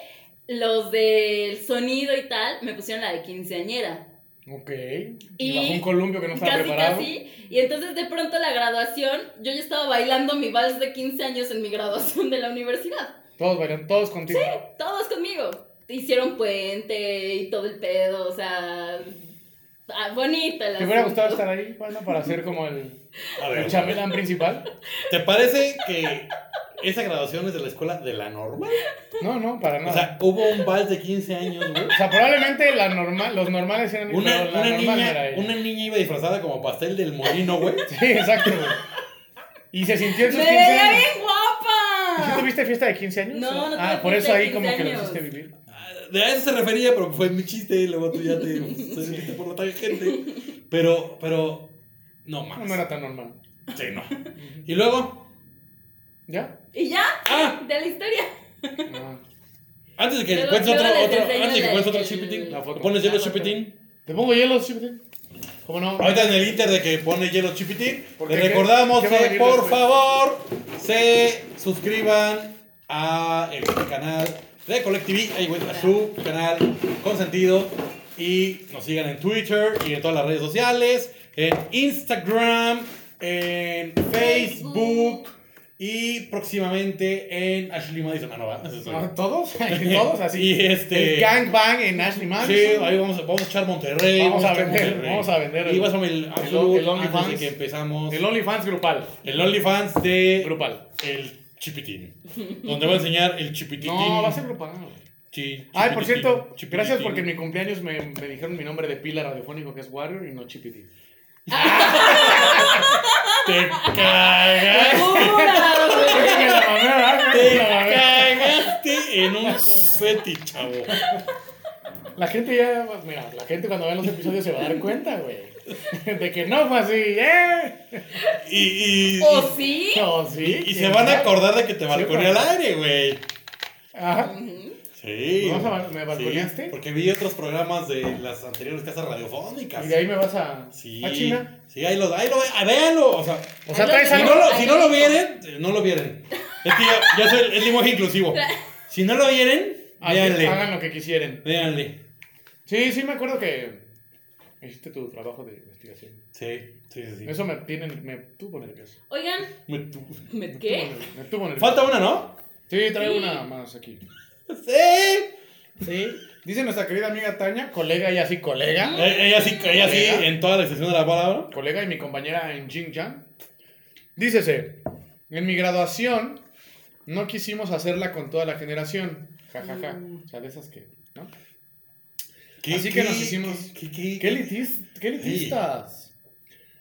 los del sonido y tal me pusieron la de quinceañera. Ok. Y- Y bajo un columpio que no estaba casi, preparado. casi. Y entonces de pronto la graduación, yo ya estaba bailando mi vals de 15 años en mi graduación de la universidad. Todos bailan, todos contigo. todos conmigo. Hicieron puente y todo el pedo, o sea, ah, bonita la. ¿Te hubiera gustado estar ahí, Juana, para hacer como el, A el ver, chambelán principal? ¿te parece que esa graduación es de la escuela de la normal? No, no, para nada. O sea, hubo un vals de 15 años, güey. probablemente la normal, los normales eran Una, pero la una normal era niña, ella. una niña iba disfrazada como pastel del molino, güey. Sí, exacto. güey. Y se sintió en ¡Me sus 15 veía años. bien ¿Sí guapa! tuviste fiesta de 15 años? No, no Ah, tuve por eso fiesta de ahí como 15 que lo años. hiciste vivir. De a eso se refería, pero fue mi chiste y luego tú ya te saliste por la tangente. Pero, pero, no No, no más. era tan normal. Sí, no. Y luego, ¿Ya? Ah. ¿Y ya? ah, De la historia. No. antes de que Luego- cuentes otro, luego les otro, enseño antes de que la- cuentes otro el- chipitín, la foto. pones hielo La foto. chipitín. ¿Te pongo hielo, Chipitín? ¿Cómo no? Ahorita en el inter de que pone hielo chipitín, Porque les ¿qué- recordamos qué va a que venir por después? favor se suscriban a el canal de Colectiví, ahí güey, a su canal consentido y nos sigan en Twitter y en todas las redes sociales, en Instagram, en Facebook Facebook. Y próximamente en Ashley Madison. Ah, no, va. ese soy yo. ¿No? ¿Todos? ¿Todos así? Y este. El gangbang en Ashley Sí, Madison. ahí vamos, a- vamos a echar Monterrey. Vamos a echar vender, Monterrey. vamos a vender el- Y vas a el, el- el antes OnlyFans. de que empezamos. El OnlyFans grupal. El OnlyFans de. Grupal. El Chipitín. Donde va a enseñar el Chipitín. No, va a ser grupal. Chi- Ay, por Chipitín, cierto, Chipitín. gracias porque en mi cumpleaños me, me dijeron mi nombre de pila radiofónico que es Warrior y no Chipiti. Te cagaste. ¡Pura, güey! Me la mamé, ¿verdad? Te Me la mamé. cagaste en un feti, chavo. La gente ya, pues, mira, la gente cuando vea los episodios se va a dar cuenta, güey. De que no fue así, ¿eh? Y, y, ¿O sí? No, Oh, sí. y se ¿quién van a sabe? acordar de que te balconeé al aire, güey. Ajá. ¿Me Sí. vas a- güey. me balconeaste? Sí, porque vi otros programas de las anteriores casas radiofónicas. Y de ahí me vas a. Sí. A China. Sí, ahí lo, ahí lo, ah, véanlo. O sea, O sea, traes si algo. no lo, si ahí no lo lo dijo. vieren, eh, no lo vieren. Es que ya, ya soy el, el lenguaje inclusivo. Si no lo vieren, Así, véanle. Ah, Hagan lo que quisieren. Véanle. Sí, sí, me acuerdo que. Hiciste tu trabajo de investigación. Sí, sí, sí. sí. Eso me tiene. Me tuvo nervioso. Oigan, Me tu- ¿me Me tuvo qué? nervioso, Me tuvo nervioso. Falta una, ¿no? Sí, traigo Sí. una más aquí. Sí. Eh, Sí. Dice nuestra querida amiga Tania, colega y así, colega. Ella sí, ella sí, Venga. en toda la extensión de la palabra. colega y mi compañera en Xinjiang. Dícese, en mi graduación no quisimos hacerla con toda la generación. Ja, ja, ja. Mm. O sea, de esas que, ¿no? Así que nos hicimos- ¿Qué, qué, ¿Qué, elitis- qué elitistas?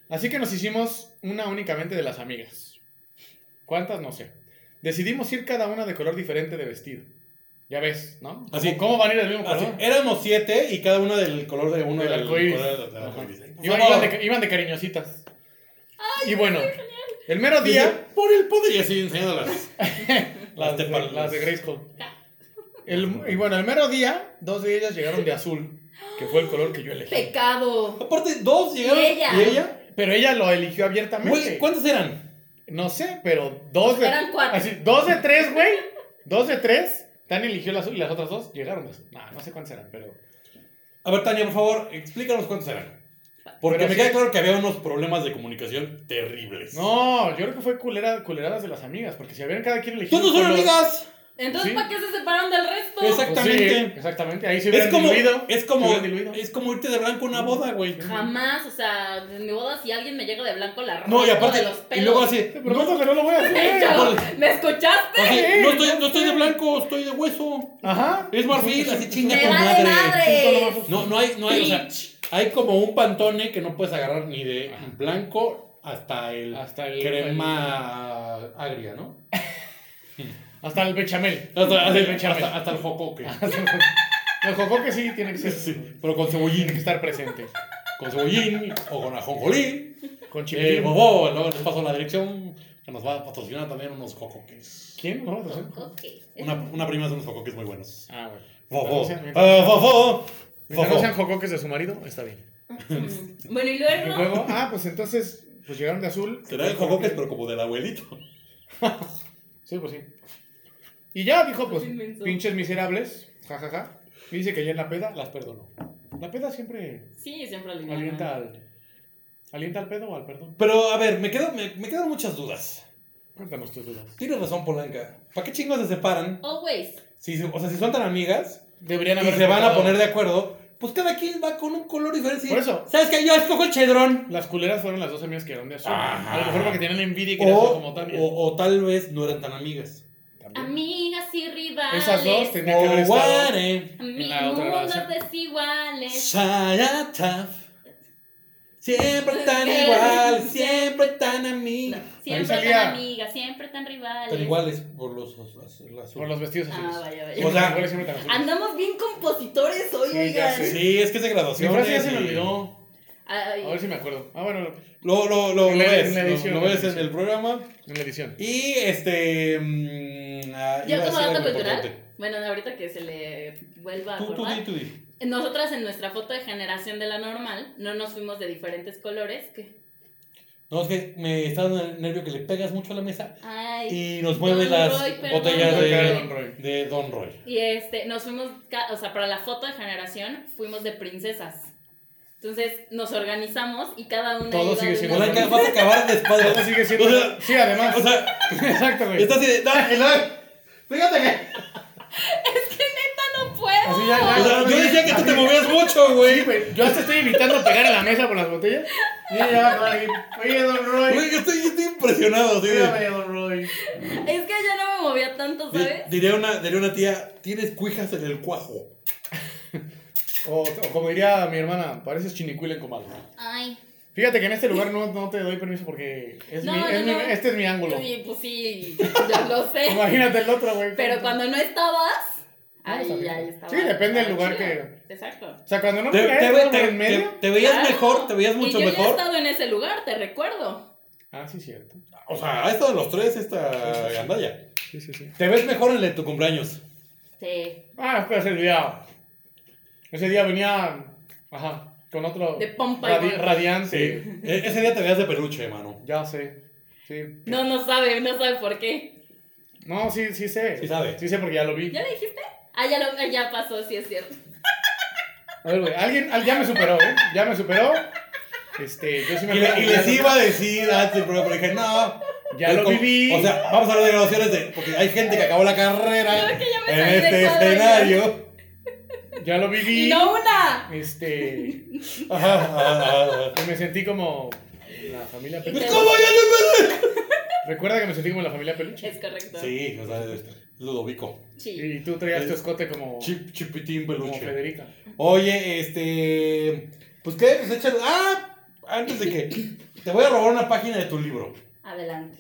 Así que nos hicimos una únicamente de las amigas. ¿Cuántas? No sé. Decidimos ir cada una de color diferente de vestido. Ya ves, ¿no? ¿Cómo, Así- ¿cómo van a ir del mismo Así, color? éramos siete y cada una del color de uno Del del arcoíris. color del Ajá. arcoíris. Iban, iban de, iban de cariñositas. y bueno, el mero Dice, día... por el poder y así enseñando las, Las de, tepalas. las de Grayskull. El- y bueno, el mero día, dos de ellas llegaron de azul, que fue el color que yo elegí. Pecado. Aparte, dos llegaron. Y ella. ¿Y ella? Pero ella lo eligió Güey, abiertamente. ¿Cuántas eran? no sé, pero dos de. Eran cuatro. Así, dos de tres, güey. Dos de tres. Tania eligió el azul y las otras dos llegaron de azul. Nah, no sé cuántas eran, pero. A ver, Tania, por favor, explícanos cuántas eran. Porque Pero me sí- queda claro que había unos problemas de comunicación terribles. No, yo creo que fue culera, culeradas de las amigas, porque si habían cada quien elegido. ¡Tú Pues no un son color- amigas! Entonces, Sí. ¿para qué se separaron del resto? Pues sí, Exactamente. exactamente. Ahí se Es hubieran como, diluido. es, se como, hubieran diluido. es como irte de blanco a una boda, güey. Jamás, o sea, en mi boda si alguien me llega de blanco la No, y rompo aparte, de los pelos. y luego así, Te no, prometo que no lo voy a hacer. Chavo, aparte- ¿Me escuchaste? así, no estoy, no estoy de blanco, estoy de hueso. Ajá. Es marfil, así chinga Me tu vale Todo madre. lo más- No, no hay, no hay, o sea, hay como un pantone que no puedes agarrar ni de blanco hasta el Hasta el- crema agria, ¿no? Hasta el bechamel. Hasta, hasta el, bechamel. hasta, hasta el jocoque. El jocoque sí tiene que ser. Sí, pero con Tiene que cebollín, estar presente. con cebollín o con ajonjolí. Con Eh, chiquitín. bobo, luego les paso la dirección que nos va a patrocinar también unos jocoques. ¿Quién? ¿No? ¿No sé? Ok. Una, una prima hace unos jocoques muy buenos. Ah, bueno. Fofo. Mientras no sean- Eh, fofo. Mientras no Fofo. sean jocoques de su marido, está bien. Mm. Bueno, y Y luego. luego, ah, pues entonces, pues llegaron de azul. Será el jocoques, pero como del abuelito. Sí, pues sí. Y ya dijo, pues, Es inmenso. pinches miserables. jajaja Y dice que ya en la peda las perdonó. La peda siempre Sí, siempre lo alienta al. ¿Alienta al pedo o al perdón? Pero, a ver, me, quedo, me, me quedan muchas dudas. Cuéntanos tus dudas. Tienes razón, Polanca. ¿Para qué chingos se separan? Always. Si, se- o sea, si son tan amigas Deberían y haber. se van a respetado. poner de acuerdo, pues cada quien va con un color diferente. Por eso. ¿Sabes qué? Yo escojo el chedrón. Las culeras fueron las dos amigas que eran de azul. Ajá. A lo mejor porque tenían envidia y querían ser como O, Tania. o- o tal vez no eran tan amigas. También. Amigas y rivales. Esas dos O tenían que haber estado. Warren, Mi en la otra mundos grabación. desiguales. Sayataf. Siempre tan ¿Qué? igual, siempre tan amigas. Siempre Ahí tan salía. amigas, siempre tan rivales. Tan iguales por los, los- las- las- Por los vestidos azules. Ah, vaya, vaya. Siempre O sea, tan iguales, siempre tan azules. Andamos bien compositores hoy, Sí, ya oigan. sé. Sí, es que es de Mi graduación. frase ya se me olvidó. Ay, A ver si me acuerdo. Ah, bueno, Lo, lo, lo, En lo la- ves, en la lo- edición, lo en la ves en edición. el programa. en la edición. Y este. mm, ah, iba Yo a como dato decir algo cultural, importante. bueno, ahorita que se le vuelva a Tú, tú, di, acordar, tú, di. nosotras en nuestra foto de generación de la normal no nos fuimos de diferentes colores, que No, es que me está dando el nervio que le pegas mucho a la mesa ay, y nos mueve Don las Roy, perdón, botellas Don de, Roy. Don Roy. de Don Roy. y este, nos fuimos, ca- o sea, para la foto de generación fuimos de princesas. Entonces nos organizamos y cada una Todo iba sigue de siendo una la manera. misma. vas a acabar de espalda. Todo sigue siendo. O sea- sí, además. O sea, Exacto, güey. estás así de. "No, el- Fíjate que. No puedo. Así ya, ya, O sea, yo decía que tú te movías mucho, Sí, güey. güey. Yo hasta estoy evitando pegar en la mesa por las botellas. Y ella ya va a acabar aquí. Oye, don Roy. Güey, yo estoy, yo estoy impresionado, así de- Cuídame, don Roy. Es que yo no me movía tanto, di- ¿sabes? Diría una, diría una tía, tienes cuijas en el cuajo. O, o como diría mi hermana, pareces chinicuil en comal. Ay. Fíjate que en este lugar no, no te doy permiso porque es No, mi, no, es mi- no. este es mi ángulo. Sí, pues sí, yo lo sé. Imagínate el otro, güey. Pero cuando no estabas, No, ahí está bien. ya estaba. Sí, depende del estaba lugar chido. Exacto. O sea, cuando no Te, me caes te- güey, te- en medio. te- te veías Claro. mejor, te veías mucho Ah. y yo ya he mejor. estado en ese lugar, te recuerdo. Ah, sí, cierto. O sea, ha estado los tres esta gandalla. Sí, sí, sí. Te ves mejor en el de tu cumpleaños. Sí. Ah, fue ese día. Ese día venía. Ajá, con otro. De pompa y radi- gorro. Radiante. E- ese día te veías de peluche, mano. Ya sé. Sí. No, no sabe, no sabe por qué. No, sí, sí sé. Sí sabe. Sí sé porque ya lo vi. ¿Ya le dijiste? Ah, ya, lo, ah, ya pasó, sí es cierto. A ver, güey. Alguien, al- ya me superó, ¿eh? Ya me superó. Este, yo sí me Y, le- acuerdo y que ya les lo- iba a decir antes, pero pero dije, no. Ya lo Como- viví. O sea, vamos a hablar de graduaciones de. Porque hay gente que acabó la carrera Creo que ya me en salí de este cuadro ya. escenario. Ya lo viví. Y no una. Este. Ajá, ajá, ajá. Y me sentí como. La familia Y te- Peluche. Recuerda que me sentí como la familia Peluche. Es correcto. Sí, o sea, Ludovico. Sí. Y tú traías tu escote como. Chip, chipitín Oh. Como peluche. Federica. Oye, este. Pues qué, pues échale. Ah, antes de que. Te voy a robar una página de tu libro. Adelante.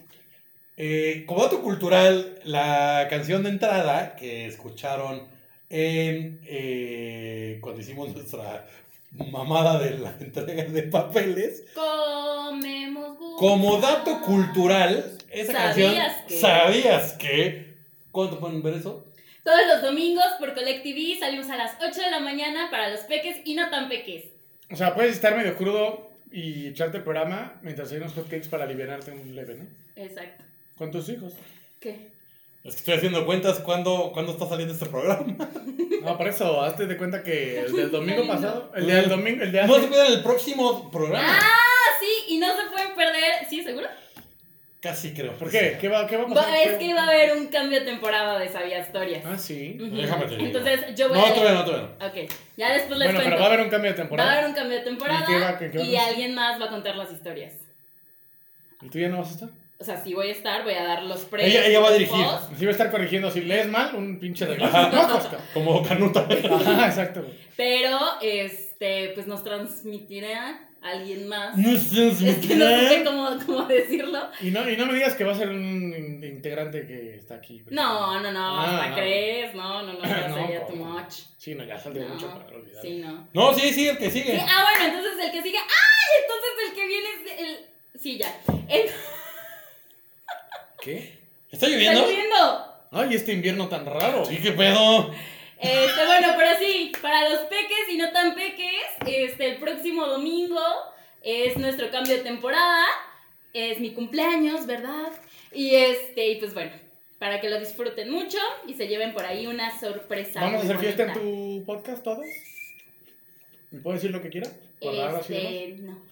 Eh, como dato cultural, la canción de entrada que escucharon en eh, cuando hicimos nuestra mamada de la entrega de papeles, Comemos gusta. como dato cultural, esa canción, ¿Sabías que? ¿sabías que? ¿Cuándo te pueden ver eso? Todos los domingos por Collectiv salimos a las 8 de la mañana para los peques y no tan peques. O sea, puedes estar medio crudo y echarte el programa mientras hay unos hotcakes para liberarte un leve, ¿no? Exacto. Con tus hijos. ¿Qué? Es que estoy haciendo cuentas cuándo, cuándo está saliendo este programa. No, por eso, hazte de cuenta que el del domingo Está lindo. pasado, el del domingo, el de No se hace, pierdan el próximo programa. Ah, sí, y no se pueden perder. ¿Sí, seguro? Casi creo. ¿Por qué? ¿Qué va, qué va a pasar? Va- es que va a haber un cambio de temporada de Sabía Historias. Ah, sí. Ujú. Déjame te digo. Entonces yo voy No, a. todavía no, todavía no. Ok, ya después les Bueno, cuento. pero va a haber un cambio de Va a temporada. haber un cambio de temporada ¿Y qué va- qué- qué y vamos a- alguien más va a contar las historias. ¿Y tú ya no vas a estar? O sea, sí voy a estar, voy a dar los premios. Ella- ella va a dirigir. Sí va a estar corrigiendo, si lees mal, un pinche de... No, Tosca. Como Canuta. Ajá, exacto. güey. Pero, este, pues nos transmitirá alguien más. No sé si Es que no me- sé cómo, cómo decirlo. Y no, y no me digas que va a ser un in- integrante que está aquí. güey. No, no, no, Ah, hasta no. crees. No, no, no, ya No, sería por- too much. Sí, no, ya saldría No, mucho para olvidar. sí, no. No, sí, sí, el que Sí, sigue. ah, bueno, entonces el que sigue. ¡Ay! Entonces el que viene es el. Sí, ya. El- ¿Qué? ¿Está ¡Está lloviendo? lloviendo! Ay, este invierno tan raro. Sí, qué pedo. Este, bueno, pero sí, para los peques y no tan peques, este, el próximo domingo es nuestro cambio de temporada, es mi cumpleaños, ¿verdad? Y este, y pues bueno, para que lo disfruten mucho y se lleven por ahí una sorpresa. Este, ¿Vamos a muy hacer fiesta en bonita. tu podcast todos? ¿Me puedo decir lo que quiera? ¿Palabras y demás? Este, no.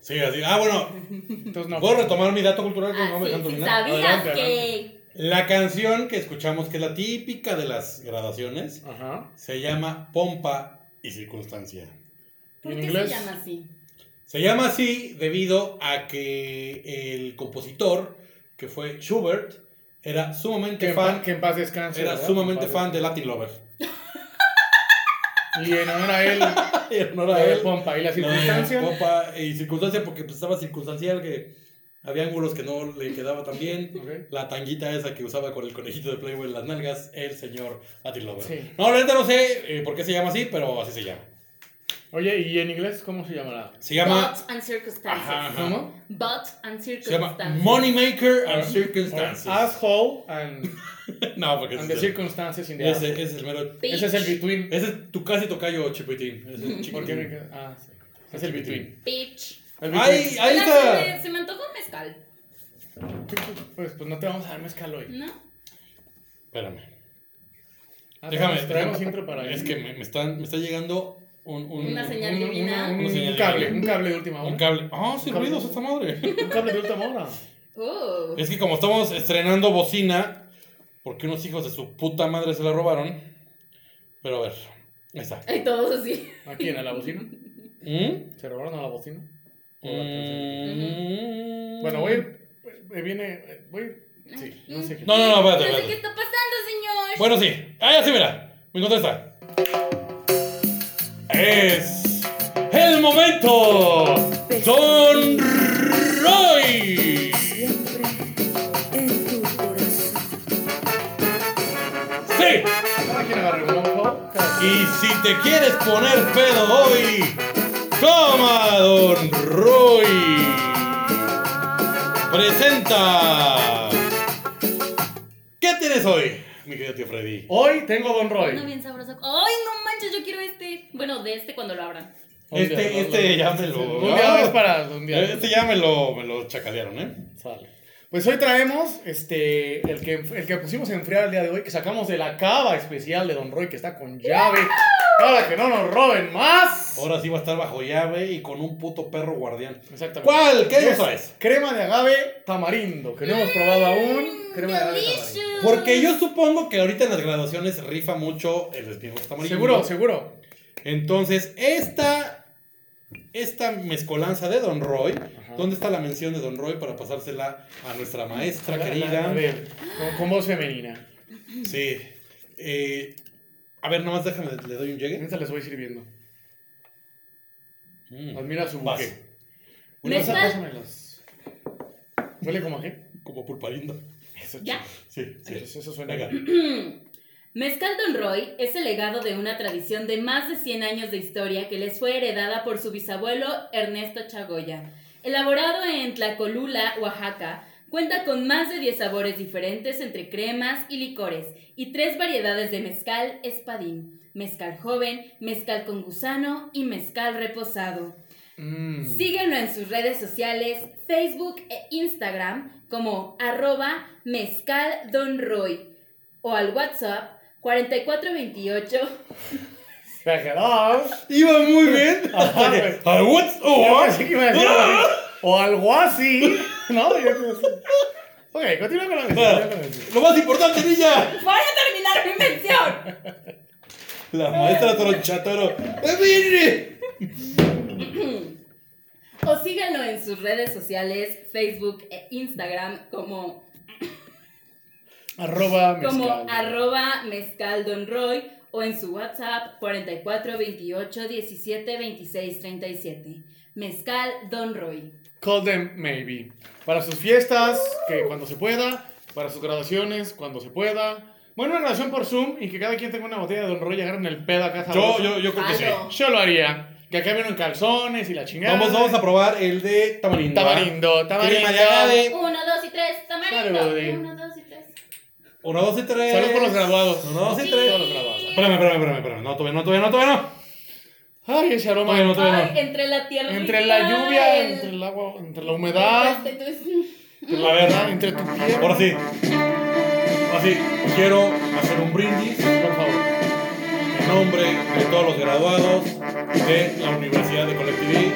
Sí, así. Ah, bueno, Entonces no. puedo retomar mi dato cultural que no Ah, me sí, dejan sí, terminar. sabías Adelante, que... La canción que escuchamos, que es la típica de las graduaciones, Ajá. se llama Pompa y Circunstancia. ¿Por ¿En qué inglés? se llama así? Se llama así debido a que el compositor, que fue Schubert, era Que sumamente en, pa- fan, que en paz descanse. era ¿verdad? sumamente En paz fan de Latin Lover. descanse. Y en honor a él, En honor la a de él, Pompa. Y la no, circunstancia. Pompa y Circunstancia porque pues, estaba circunstancial, que había ángulos que no le quedaba tan bien. Ok. La tanguita esa que usaba con el conejito de Playboy en las nalgas, el señor Latin Lover. Sí. No, la neta no sé eh, por qué se llama así, pero así se llama. Oye, ¿y en inglés cómo se llamará? Se llama. But and circumstances. Ajá, ajá. ¿Cómo? But and Se llama circumstances. Moneymaker and Circumstances. Asshole and, No, porque and ese the es, el, circumstances in the Este. ese, asshole. ese es el mero. Bitch. Ese es el between. Ese es tu casi tocayo, Chipitín. Ese es ¿Por qué chiquitín. me- Ah, sí. Es el between. Bitch. El between. Ahí, ahí Oigan, se está. me- se me antojó un mezcal, Pues, pues no te vamos a dar mezcal hoy. ¿no? Espérame. Ah, Déjame. Traemos déjame- Ah, intro para Es él. que me, me están, me está llegando un, un, Una señal Un- un- divina. un- Una un señal cable, divina. un cable de última un hora. cable. Ah, sí, cable. ruidos esta madre. Un cable de última hora. Oh. Es que como estamos estrenando bocina, porque unos hijos de su puta madre se la robaron. Pero a ver, ahí está. Hay todos así. ¿A quién? ¿A la bocina? ¿Mm? ¿Se robaron a la bocina? Eh, Mm. Bueno, voy a ir. eh, Viene. eh, Voy a ir. Sí, Mm. no sé qué. No, no, no, espérate, No sé espérate. qué está pasando, señor. Bueno, sí. Ah, ya sí, mira. Me encontré esta. Es el momento. Don Roy. Sí. ¿A quién agarré uno, por favor? Y si te quieres poner pedo hoy, toma, Don Roy. Presenta. ¿Qué tienes hoy, mi querido tío Freddy? Hoy tengo Don No, Roy. bien sabroso. Ay, no manches, yo quiero este. Bueno, de este cuando lo abran. Este, este ya me lo. Un día es para. Un día Este ya me lo, me lo chacalearon, ¿eh? Sale. Pues hoy traemos este, el, que, el que pusimos a enfriar el día de hoy, que sacamos de la cava especial de Don Roy, que está con llave, para que no nos roben más. Ahora sí va a estar bajo llave y con un puto perro guardián. Exactamente. ¿Cuál? ¿Qué eso es? Crema de agave tamarindo, que no hemos probado aún. Crema de agave tamarindo. Mm, Delicious. Porque yo supongo que ahorita en las graduaciones rifa mucho el espino tamarindo. Seguro, seguro. Entonces, esta. Esta mezcolanza de Don Roy. ¿Dónde está la mención de Don Roy para pasársela a nuestra maestra A querida? ver, con, con voz femenina. Sí. Eh, a ver, nomás déjame, le doy un llegue. Esta les voy sirviendo. Mm, Admira su Vas. buque. Una Pasa- vez- pásamelas. ¿Huele como a qué? como pulparindo. Eso, Ya. Sí, sí. eso, eso suena Venga. bien. Mezcal Don Roy es el legado de una tradición de más de 100 años de historia que les fue heredada por su bisabuelo Ernesto Chagoya. Elaborado en Tlacolula, Oaxaca, cuenta con más de 10 sabores diferentes entre cremas y licores y tres variedades de mezcal espadín, mezcal joven, mezcal con gusano y mezcal reposado. Mm. Síguenlo en sus redes sociales, Facebook e Instagram como arroba mezcal don Roy o al WhatsApp 4428. Exagerados. Iba muy bien. Ajá, güey. Ah, what's- Yo oh, pensé que iba a decir algo así, O algo así. No, yo creo que- Ok, continúa con la ah. continúa con la mención. Lo más importante, niña. Voy a terminar mi mención. La maestra tronchatoro. ¡Eh, mire! O síganlo en sus redes sociales, Facebook e Instagram como, Arroba como mezcal. arroba mezcal don Roy o en su WhatsApp 4428 17 26 37. Mezcal don Roy. Call them maybe. Para sus fiestas, que cuando se pueda. Para sus graduaciones, cuando se pueda. Bueno, una graduación por Zoom y que cada quien tenga una botella de Don Roy y agarren el pedo acá. Yo, sabroso. yo, yo creo que sí. Algo. Yo lo haría. Que acá vieron calzones y la chingada. Vamos, vamos a probar el de tamarindo. ¿ah? Tamarindo, tamarindo. Crema de agave. Uno, dos y tres, tamarindo. Salud. Uno, dos y tres. Uno, dos y tres. Salud por los graduados. Uno, dos y Sí. tres. Espérame, espérame, espérame, espérame. No, todavía no, todavía no, todavía no. Ay, ese aroma. Todavía no, todavía Ay, entre la tierra. Entre la lluvia, entre el agua, entre la humedad. no. A ver, Ah, entre tu piel. ahora sí. Ahora sí, quiero hacer un brindis, por favor. En nombre de todos los graduados de la Universidad de Colectiví.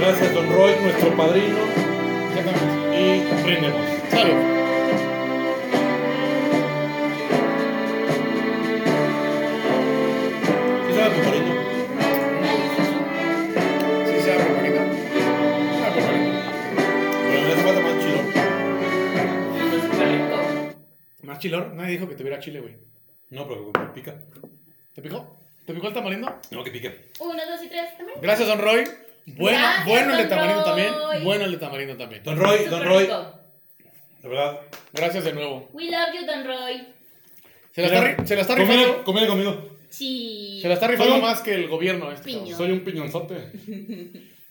Gracias, don Roy, nuestro padrino. Y brindemos. Salud. ¿Qué sabe, compadrito? Sí, se abre, Marita. Se abre, Marita. Pero le hace falta más chido. ¿Más chilor? Nadie dijo que tuviera chile, güey. No, pero que pica. ¿Te picó? ¿Te picó el tamarindo? No, que pique. Uno, dos y tres, tamarindo. Gracias, don Roy. Bueno, Gracias, bueno el de don tamarindo Roy. también. Bueno el de tamarindo también. Don Roy, don Súper Roy. rico. De verdad. Gracias de nuevo. We love you, Don Roy. Se la está, ri- se la está rifando. Conmigo, conmigo, conmigo. Sí. Se la está rifando Soy un- más que el gobierno este. Piño. cabrón. Soy un piñonzote.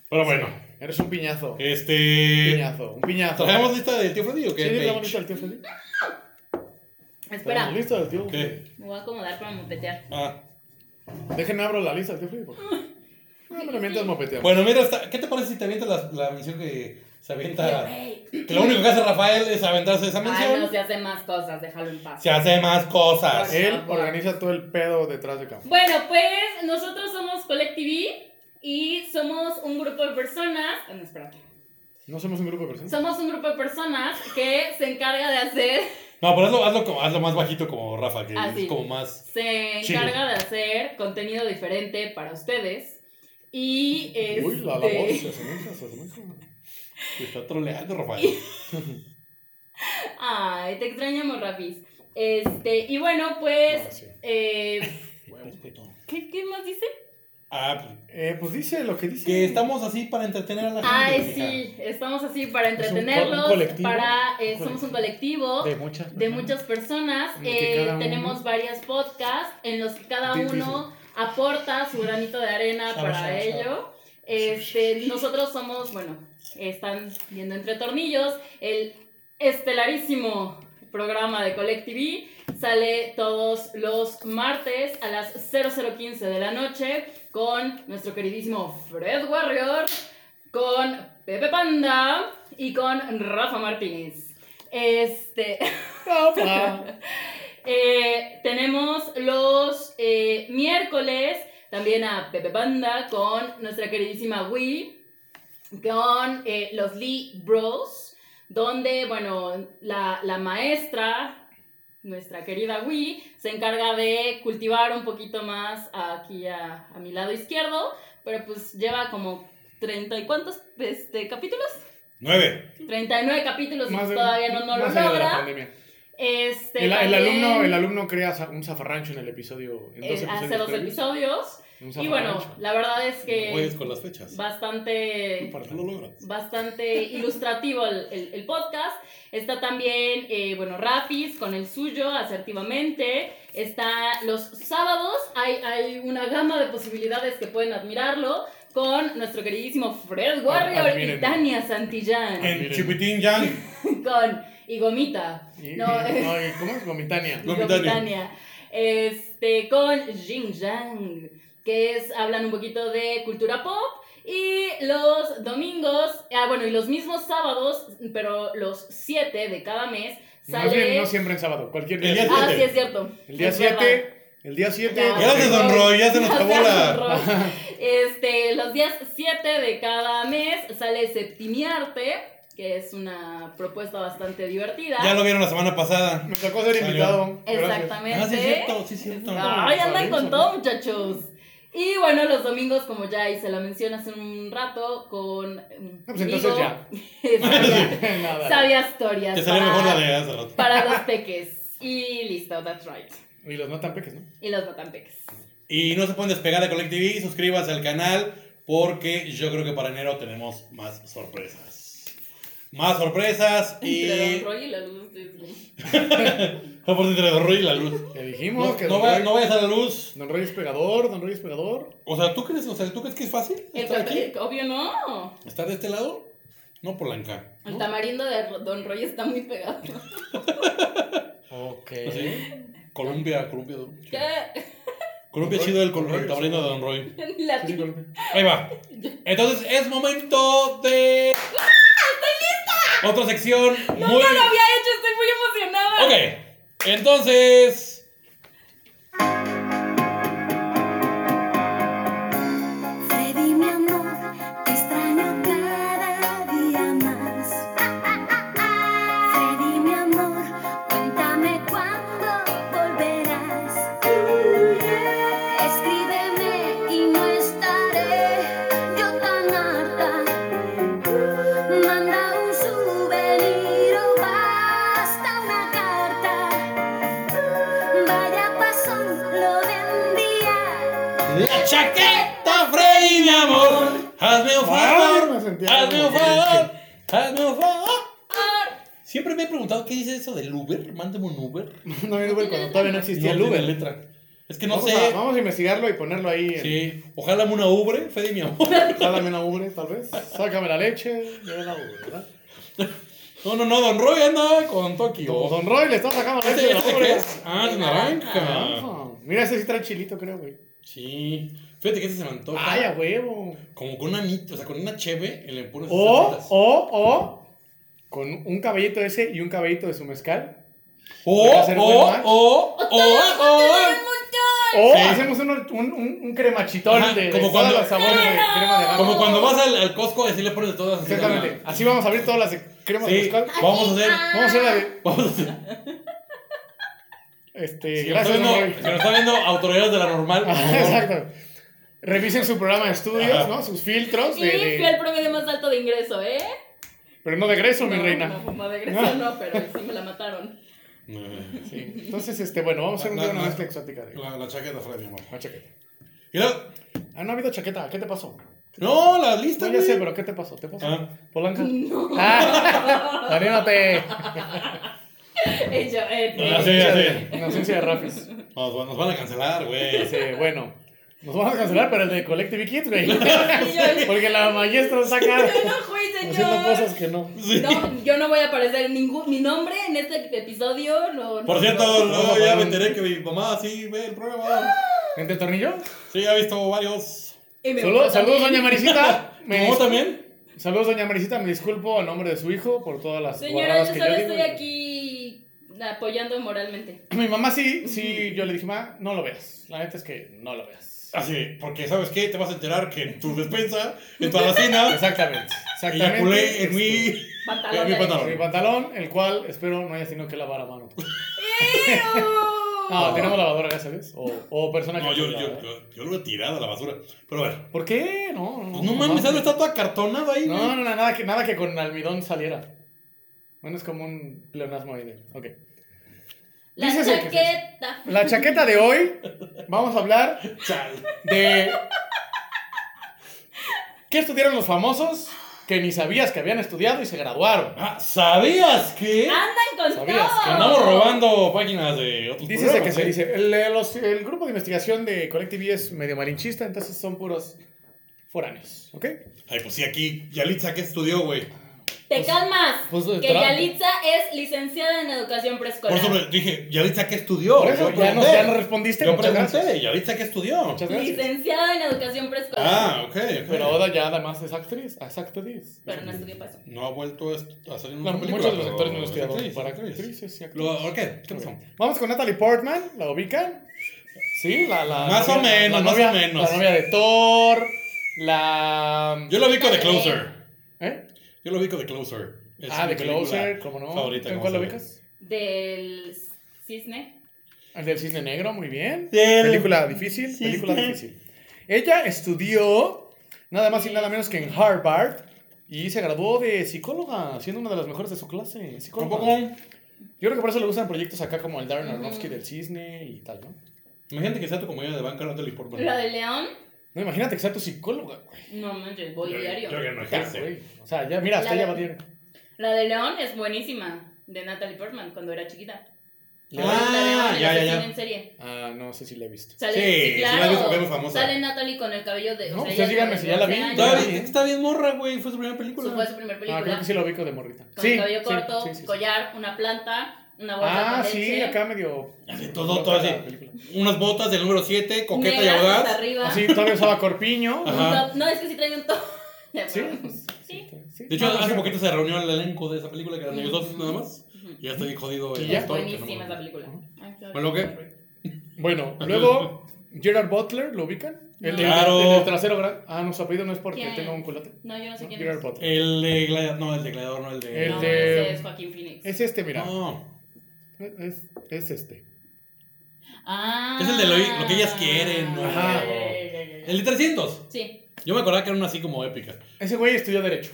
Pero bueno, Eres un piñazo. Un este. piñazo, un piñazo. ¿Traemos lista del tío Freddy o qué? ¿Sí, Paige? la bonita del tío Felipe? Espera, ¿Tenemos lista del tío? ¿Qué? me voy a acomodar para mopetear. Ah. Déjenme abro la lista del tío Felipe. por favor. No me lo mientas, mopeteo. Bueno, mira, está- ¿qué te parece si te avientas la, la mención que se avienta Hey, Que lo único que hace Rafael es aventarse esa Ay, mención. no se hace más cosas, déjalo en paz. Se hace más cosas. Por Él favor. organiza todo el pedo detrás de cámara. Bueno, pues nosotros somos Collective y somos un grupo de personas. ah, No, espérate. No somos un grupo de personas. Somos un grupo de personas que se encarga de hacer. No, pero hazlo, hazlo, como- hazlo más bajito como Rafa, que Ah, es sí. como más. Se Chido. encarga de hacer contenido diferente para ustedes. Y este, Uy, la, la voz se asemeja, se asemeja. Te está troleando, Rafael. Ay, te extrañamos, Rafis. Este, y bueno, pues. No, sí. eh, Huevos, puto. ¿qué, qué más dice? Ah, pues, Eh, pues dice lo que dice. que estamos así para entretener a la gente. Ay, hija. sí, estamos así para un co- un entretenerlos. colectivo, para, eh, un somos un colectivo. De muchas. de muchas personas. En el que eh, cada uno- tenemos varias podcasts en los que cada Difícil. uno aporta su granito de arena Chava, para chava, chava. ello. Este, nosotros somos, bueno, están viendo entre tornillos el estelarísimo programa de Collective. Sale todos los martes a las 0015 de la noche con nuestro queridísimo Fred Warrior, con Pepe Panda y con Rafa Martínez. Este. Eh, tenemos los eh, miércoles también a Pepe Panda con nuestra queridísima Wii, con eh, los Lee Bros, donde, bueno, la, la maestra, nuestra querida Wii, se encarga de cultivar un poquito más aquí a, a mi lado izquierdo, pero pues lleva como treinta y cuántos este, capítulos, Nueve. 39 capítulos y Más de- todavía no, no lo más allá de la logra. pandemia. Este, El, el también- alumno, el alumno crea za- un zafarrancho en el episodio. pues, En dos eh, episodios hace dos previos. episodios. Un Y bueno, zafarrancho. la verdad es No Juegues que con las fechas. bastante, ¿Para qué lo logras? bastante ilustrativo el, el- el podcast. Está también, eh, bueno, Rafis con el suyo, asertivamente. Está los sábados, hay, hay una gama de posibilidades que pueden admirarlo con nuestro queridísimo Fred Warrior y admírenlo. Tania Santillán, En Chipitín Yang. con y Gomita. Y- No, y- eh. ay, ¿Cómo es Gomitania? Gomitania. Gomitania. Este, con Jing Yang, que es, hablan un poquito de cultura pop. Y los domingos, ah, bueno, y los mismos sábados, pero los 7 de cada mes, Más bien, sale. no siempre en sábado, cualquier El día. día ah, siete. sí, es cierto. El día Es verdad. 7. El día 7. Ya. Gracias, don Roy. Ya se nos acabó la. Este, los días 7 de cada mes sale Septimiarte, que es una propuesta bastante divertida. Ya lo vieron la semana pasada. Me tocó ser Salió. invitado. Gracias. Exactamente. Ah, sí, es cierto, sí, es cierto. Ay, andan Lorenzo, con todo, muchachos. Y bueno, los domingos, como ya hice la mención hace un rato, con. Ah, mm, No, pues entonces Vigo, ya. sabia, Nada. sabia historias. Te salió para- mejor la de hace rato. Para los peques. Y listo, that's right. Y los no tan peques, ¿no? Y los no tan peques. Y no se pueden despegar de Collective, suscríbase al canal porque yo creo que para enero tenemos más sorpresas. Más sorpresas y... Entre Don Roy y la luz. Disney. No por entre Don Roy y la luz. Le dijimos No, que no don, vaya- Roy, no vayas a la luz. don Roy es pegador, Don Roy es pegador. O sea, ¿tú crees, o sea, ¿tú crees que es fácil El estar aquí? café- obvio no. ¿Estar de este lado? No, Polanca. El tamarindo de Ro- Don Roy está muy pegado. Ok. Así. Colombia, Colombia. ¿no? ¿Qué? Colombia ha Don sido el, Roy, Don col- Roy, el tablino de Don Roy. La ti- Ahí va. Entonces es momento de... ¡Estoy lista! Otra sección ¡Ah! No, muy... no lo había hecho, estoy muy emocionada. Ok, entonces. Freddy, mi amor, te extraño cada día más. Freddy, mi amor, cuéntame cuándo volverás. Escríbeme y no estaré yo tan harta. Manda un souvenir o basta una carta. Vaya pasón, lo de un día. La chaqueta, Freddy, mi amor. Hazme un favor. Ay, me sentía Hazme un como- favor. Hazme un favor. Siempre me he preguntado qué dice eso del Uber. Mándame un Uber. No había Uber cuando todavía no existía el tiene Uber. letra. Es que no vamos, sé. a, vamos a investigarlo y ponerlo ahí. En, Sí. Ojalá una Uber, Freddy, mi amor. Jálame una ubre, tal vez. Sácame la leche. Lleva la ubre, ¿verdad? No, no, no. Don Roy anda con Como Tokio. Don Roy le está sacando la ¿Este, leche de la este ubre. qué es? Ah, es naranja. Ah, Mira, ese sí trae chilito, creo, güey. Sí. Fíjate que ese se me antoja. Ay, a huevo. Como con una mit, o sea, con una cheve en el puro O, o, o, con un caballito ese y un caballito de su mezcal. O, Para hacer buen o, match. o, o, o. O Sí. hacemos un, un, un, un cremachitón Ajá, de, de como todas cuando- las sabores de crema de Como agave. cuando vas al, al Costco y así le pones todas. así de una. Exactamente. Así vamos a abrir todas las de crema de Sí, mezcal. vamos a hacer. Vamos a hacer la de... Vamos a hacer. Este, Si nos está gracias, viendo, Manuel. si nos está viendo autoridades de la normal, por Ajá, favor. Exacto. Revisen su programa de estudios, ¿no? Sus filtros. Y de- de- fui al promedio más alto de ingreso, ¿eh? Pero no de egreso, mi No, reina. No, no de ingreso no, pero sí me la mataron. Sí. Entonces, este, bueno, vamos a hacer un No, día una no. mezcla exótica. De... La, la chaqueta, Fred, mi amor. Ah, chaqueta. Y luego- Ah, no ha habido chaqueta. ¿Qué te pasó? No, la lista. No, ya güey. sé, pero ¿qué te pasó? ¿Te pasó? Ah. Polanca. No. Ah, anímate. Ella, eh, Ya sé, ya sé. En ausencia de Rafis. Nos, nos van a cancelar, güey. Este, bueno, nos vamos a cancelar, pero el de Collective Kids, güey. Y yo, Porque la maestra saca yo no fui, haciendo señor. cosas que no. No, yo no voy a aparecer en ningún. Mi nombre en este episodio. No, no- Por cierto, No, luego ya no. me enteré que mi mamá sí ve el programa. ¿Gente tornillo? Sí, ha visto varios. Y me Saludos, gusta saludos, doña pues, también. Marisita. ¿Tu Me mamá dis- también? Saludos, doña Marisita. Me disculpo a nombre de su hijo por todas las Señora, guarradas yo que solo yo digo. estoy aquí apoyando moralmente. Mi mamá sí, sí, yo le dije, ma, no lo veas. La neta es que no lo veas. Así, porque ¿sabes qué? Te vas a enterar que en tu despensa, en tu alacena, Exactamente. Exactamente. eyaculé en Este, mi, en Pantalón. mi de- en mi pantalón. pantalón, el cual espero no haya tenido que lavar a mano. ¡Ew! No, tenemos lavadora, gracias a Dios. O, o persona que. No, yo, la- yo, yo, yo lo he tirado a la basura. Pero a ver. ¿Por qué? No, no. Pues no mames, algo está todo acartonado ahí, güey. No, no, no, nada que, nada que con almidón saliera. Bueno, es como un pleonasmo ahí de. Ok. La Dices el que se- chaqueta. La chaqueta de hoy, vamos a hablar Chal. de. ¿Qué estudiaron los famosos que ni sabías que habían estudiado y se graduaron? Ah, ¿Sabías que? Ah. Andan con ¿Sabías que todo. Andamos robando páginas de otros Dices el que programas, se ¿eh? dice. El, eh, los- el grupo de investigación de Collective E es medio malinchista, entonces son puros foráneos, ¿ok? Ay, pues sí, aquí Yalitza, ¿qué estudió, güey? Te calmas. pues, que tra- Yalitza es licenciada en educación Por preescolar. eso le dije, ¿Yalitza qué estudió? Por eso Yo ya no, pregunté. ya no respondiste. Yo muchas pregunté, gracias. ¿Yalitza qué estudió? Muchas gracias. Licenciada en educación preescolar. Ah, ok, ok. Pero ahora ya además es actriz, es actriz. Pero no estudié para eso. No ha vuelto a est- a salir en una Claro, película. muchos de los Mm, pero actores no es estudiaron actriz, para es actriz. actrices y actores. Lo- ¿Por qué? ¿Qué pasó? Vamos con Natalie Portman, ¿la ubican? Sí, la, la Más o novia- menos, la más novia- o menos. La novia de Thor, la Yo lo vi con The Closer. ¿Eh? Yo lo vi con The Closer. Es Ah, mi de película Closer, ¿cómo no? favorita, ¿En ¿cómo cuál la se ubicas? Del cisne. El del Cisne Negro, muy bien. Del película difícil, película difícil. Ella estudió nada más y nada menos que en Harvard y se graduó de psicóloga, siendo una de las mejores de su clase. ¿Cómo, Psicóloga. cómo? Yo creo que por eso le gustan proyectos acá como el Darren Aronofsky Ujú. del Cisne y tal, ¿no? Imagínate que sea tu comedia de banca, no te lo importa. La de León. No, imagínate que sea tu psicóloga, güey. No manches, voy Yo- diario. yo que no Ya, ejerce. güey. O sea, ya, mira, hasta La- ella va bien. La de León es buenísima. De Natalie Portman cuando era chiquita. Ah, la de León, el ya, ya, asesino ya. en serie. Ah, no sé si la he visto. Sale, Sí, sí, sí la claro. vi porque es famosa. Sale Natalie con el cabello de. No, pues ella ya díganme si ya la vi. tiene 11 Está años. bien- Está bien morra, güey. Fue su primera película. Su- Fue su primera película. Ah, creo que sí la ubico de morrita. Con sí, cabello sí, corto, sí, sí, sí. collar, una planta, una bolsa Ah, con sí, leche, acá medio. Así todo, todo así. La película. Ah, Unas botas del número 7, coqueta y negras hasta audaz. arriba. Sí, todavía usaba corpiño. un Ajá. top- No, es que sí trae un top. Ya, Sí, bueno. pues, Sí. sí. De hecho, No, hace sí. poquito se reunió el elenco de esa película, que eran ellos dos nada más. Ujú. Y ya está bien jodido. el Y ya. actor, que no me Buenísima esa acuerdo. película. Bueno, ¿qué? Bueno, luego Gerard Butler, ¿lo ubican? El de- Claro. el del trasero gran. Ah, no, su apellido no es porque ¿Quién? tenga un culote. No, yo no sé No, quién Gerard es. Butler. El de Gladiador, no, el de Gladiador, no, el de... El no, de- ese es Joaquín Phoenix. Es este, mira. No, Es, es este. Ah. Es el de lo- lo que ellas quieren, ¿no? Ajá. el de 300. Sí. Yo me acordaba que eran así como épicas. Ese güey estudió Derecho.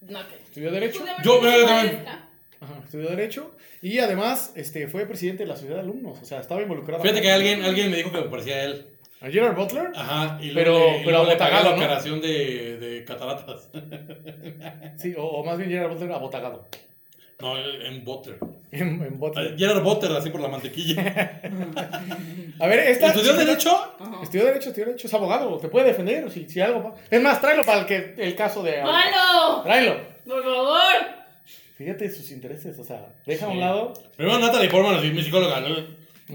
No, que. Estudió Derecho. Yo- Pude haber yo- sido yo- maestra. Ajá, estudió Derecho. Y además, este, fue presidente de la ciudad de alumnos. O sea, estaba involucrado. Fíjate que alguien, alguien me dijo que me parecía a él. ¿A Gerard Butler? Ajá, y Pero- luego, le- y pero luego le pagué abotagado, la ¿no? operación de, de cataratas. Sí, o, o más bien Gerard Butler abotagado. No, en Butter. En, en Butler. Gerard Butter, así por la mantequilla. A ver, esta. ¿Estudió chiquita- Derecho? Ajá. Estudió Derecho, estudió Derecho. Es abogado, te puede defender. Si, si algo. pa- Es más, tráelo para el, que, el caso de. ¡Malo! Tráelo. ¡Por favor! Fíjate sus intereses, o sea, deja a un lado. Primero Natalie Portman, así, mi psicóloga. ¿no?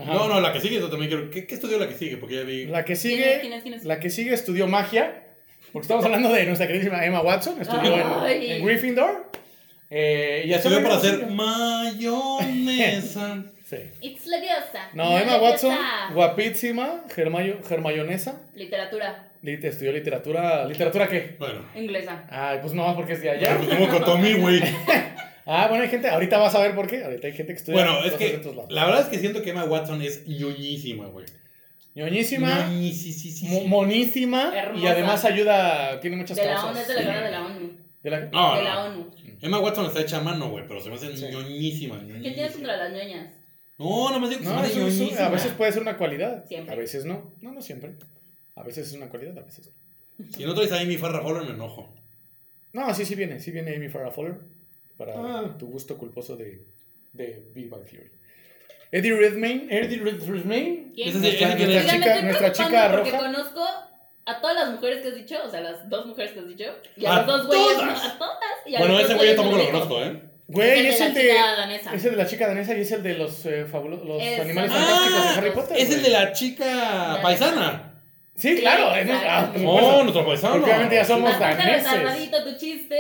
Ajá. No, no, la que sigue, yo también quiero. ¿Qué, qué estudió la que sigue? Porque ya vi. La que sigue. ¿Quién es? ¿Quién es? ¿Quién es? La que sigue estudió magia. Porque estamos hablando de nuestra queridísima Emma Watson. Estudió en, Ay. en Gryffindor. Eh, y Se ve hacemos para lo hacer suyo. mayonesa. Sí. It's Leviosa. No, Emma Leviosa. Watson, guapísima, germayo, germayonesa. Literatura Lit- Estudió literatura. ¿Literatura qué? Bueno. inglesa. Ay, pues no, porque es de Ya, allá. pues como Cotomi, güey. Ah, bueno, hay gente. Ahorita vas a ver por qué. Ahorita hay gente que estudia. Bueno, es cosas de que otros lados. la verdad es que siento que Emma Watson es ñoñísima, güey. Ñoñísima, mo- Ñoñísima. monísima. Y Hermosa. además ayuda. Tiene muchas De la causas. ONU, es de la guerra de la ONU. De la- No, de no. la ONU. Emma Watson está hecha a mano, güey, pero se me hace Sí. ñoñísima. ¿Qué tienes ñoñísima. contra las ñoñas? No, nada más digo que se No, me es hace un- es un- ñoñísima. a veces puede ser una cualidad. Siempre. A veces no. No, no siempre. A veces es una cualidad, a veces no. Si no traes ahí mi farra Fowler, me enojo. No, sí, sí viene. Sí viene Amy Farrah Fowler. Para Ah. tu gusto culposo de, de Big Bang Theory. Eddie Redmayne. Eddie Redmayne. ¿Quién? Ese es el- Nuestra- ese que Oigan, es me nuestra estoy chica, nuestra chica preocupando roja. Porque conozco a todas las mujeres que has dicho, o sea, las dos mujeres que has dicho, y a, ¡A los dos güeyes, ¿no? todas! A todas. Y a Bueno, los ese dos güey yo güeyes tampoco no lo dijo. conozco, ¿eh? Güey, es el de. la chica danesa. Es el de la chica danesa y es el de los eh, fabulo- los Exacto. animales Ah, fantásticos de Harry Potter. Es el Este güey. de la chica paisana. Sí, claro. es nuestra- ah, exacto. por No, supuesto. nuestro paisano. Obviamente ya somos Bastante daneses. retardadito tu chiste.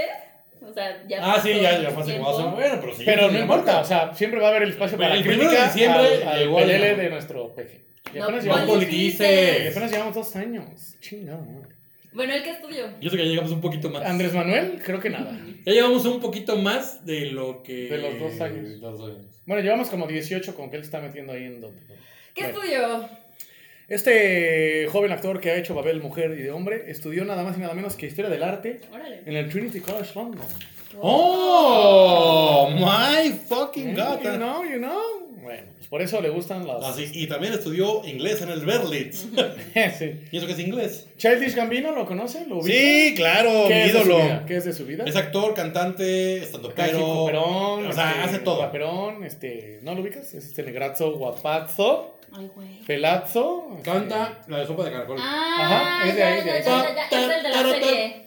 O sea, ya Ah, sí, pasó ya, ya el fue hace tiempo. guaso. Bueno, pero sí. Pero no sí, importa, o sea, siempre va a haber el espacio para El la primero de crítica diciembre al, al llegó el- PLL de nuestro peje. Y No apenas, No llevamos, politices. y apenas llevamos dos años. Chingado. madre. Bueno, ¿el que estudió? Yo sé que ya llegamos un poquito más. Andrés Manuel, creo que nada. Ya llevamos un poquito más de lo que. De los dos años. Dos años. Bueno, llevamos como 18 con que él está metiendo ahí en donde. ¿Qué Bueno. estudió? Este joven actor que ha hecho papel mujer y de hombre estudió nada más y nada menos que historia del arte Órale. en el Trinity College London. ¡Oh! ¡My fucking Eh, You god! know, you know. Bueno, pues por eso le gustan las. Ah, sí, y también estudió inglés en el Berlitz. Sí. ¿Y eso qué es inglés? Childish Gambino, ¿lo conocen? ¿Lo ubican? Sí, claro, mi es de su vida? ídolo. ¿Qué es de su vida? Es actor, cantante, estando Pero, Perón, o sea, hace todo. Perón, este, ¿no lo ubicas? Es este negrazo, guapazo, Ay, güey. pelazo. este, Canta la de sopa de caracol. Ah, Ajá, es de ya, ahí, de ya, ahí. ya, ya, ya, es el de la serie.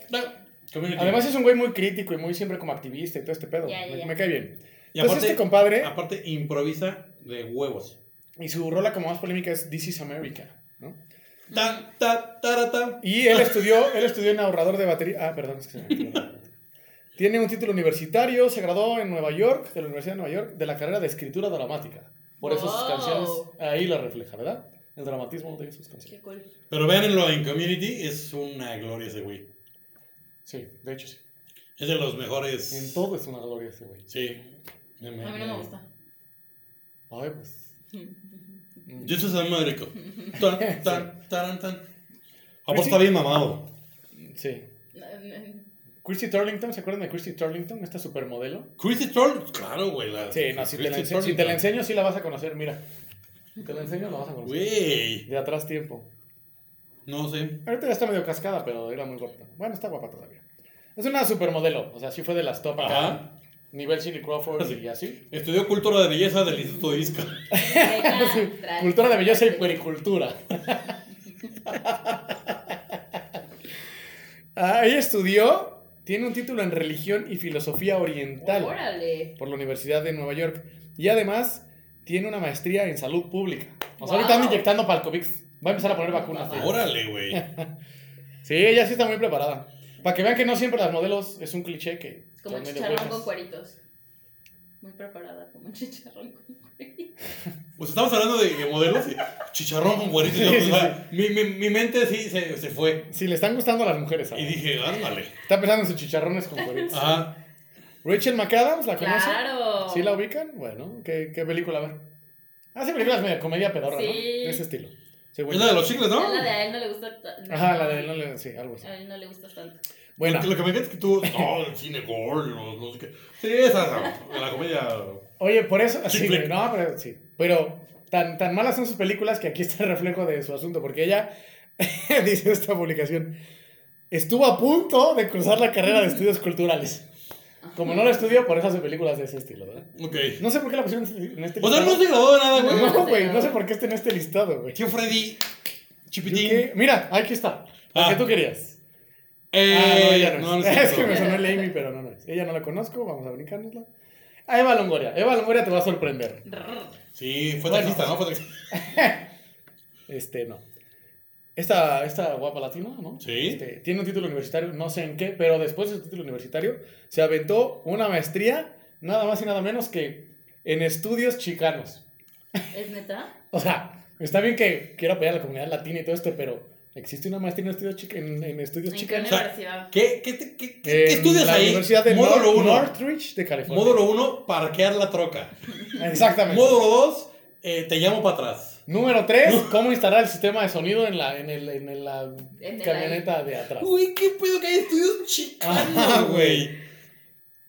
Community. Además es un güey muy crítico y muy siempre como activista y todo este pedo. Ya, ya, me, ya. me cae bien. Entonces y aparte, ah. este compadre, aparte improvisa de huevos. y su rola como más polémica es This is America, ¿no? Ta, ta, tara, ta. Y él estudió, él estudió en ahorrador de batería. Ah, perdón, es que se me olvidó. Tiene un título universitario, se graduó en Nueva York, de la Universidad de Nueva York, de la carrera de escritura dramática. Por eso sus Wow. canciones ahí lo refleja, ¿verdad? El dramatismo de sus canciones. Qué cool. Pero véanlo en Community, es una gloria ese güey. Sí, de hecho sí. Es de los mejores. En todo es una gloria ese güey. Sí. Me- me- A mí no me gusta. Ay, pues. Yo soy San Madrico. Tan, tan, taran, tan. Aparte sí. está bien mamado. mm, Sí. No, Christy Turlington, ¿se acuerdan de Christy Turlington? Esta supermodelo. Christy Troll, claro, güey. la- Sí, no, si te, la Christy ense- si te la Turlington. enseño, sí la vas a conocer, mira. Si te la enseño, la vas a conocer. Güey. De atrás tiempo. No sé. Ahorita ya está medio cascada, pero era muy guapa. Bueno, está guapa todavía. Es una supermodelo, o sea, sí fue de las top acá. Ajá. Nivel Cindy Crawford y así. Estudió cultura de belleza del Instituto Isca. deja, Cultura de belleza y Ah, trae. puericultura. Ah, ella estudió, tiene un título en religión y filosofía oriental. Órale. por la Universidad de Nueva York. Y además tiene una maestría en salud pública. O sea, Wow. ahorita anda inyectando Palcovix. Va a empezar a poner vacunas. Wow. sí. Órale, güey. Sí, ella sí está muy preparada. Para que vean que no siempre las modelos es un cliché que. Como son medio chicharrón huecas. con cueritos. Muy preparada, como chicharrón con cueritos. Pues estamos hablando de, de modelos. y Chicharrón con cuerito. y todo, Sí, sí, o sea, Mi, mi, mi mente sí se, se fue. Sí, le están gustando a las mujeres. Y Ah. ¿sabes? dije, ándale. Está pensando en sus chicharrones con cueritos. Ajá. Rachel McAdams, ¿la conocen? Claro. ¿Sí la ubican? Bueno, ¿qué, qué película Ah, a ver? Hace películas medio comedia pedorra, ¿no? Sí. De ese estilo. Según Es la de yo. los chicles, ¿no? Es la de a él no le gusta tanto. Ajá, la de. no le- sí, algo así. A él no le gusta tanto. Bueno, Lo que me encanta es que tú. No, el cine gore, no, no sé qué. Sí, esa, esa, la comedia. Oye, por eso. Sí, Sí, flick. no, pero sí. Pero tan, tan malas son sus películas que aquí está el reflejo de su asunto, porque ella dice en esta publicación. Estuvo a punto de cruzar la carrera de estudios culturales. Como no la estudió, por eso hace películas de ese estilo, ¿verdad? Ok. No sé por qué la pusieron en este O sea, no listado. se graduó de nada, güey. No, güey, no sé por qué está en este listado, güey. Tío Freddy, Yo Chipitín. qué- Mira, aquí está. La Ah. que tú querías. Ah, no, Eh, ella no, no, no es. sé. es que me sonó el Amy, pero no, no es. Ella no la conozco, vamos a brincárnosla. A Eva Longoria. Eva Longoria te va a sorprender. Brr. Sí, fue Bueno. taxista, ¿no? Fue taxista. Este, no. Esta, esta guapa latina, ¿no? Sí. Este, tiene un título universitario, no sé en qué, pero después de su título universitario se aventó una maestría, nada más y nada menos que en estudios chicanos. ¿Es neta? O sea, está bien que quiero apoyar a la comunidad latina y todo esto, pero existe una maestría en estudios, chica- en, en estudios ¿En qué chicanos. universidad? ¿Qué, qué, te- qué- qué- En qué estudias la ahí? Universidad de Módulo Nor- 1. Northridge de California. Módulo 1, parquear la troca. Exactamente. Módulo 2, te llamo para atrás. Número 3, cómo instalar el sistema de sonido en la, en el, en el- la En el camioneta de atrás. Uy, qué pedo que hay estudios Ajá, chicanos, güey. Ah,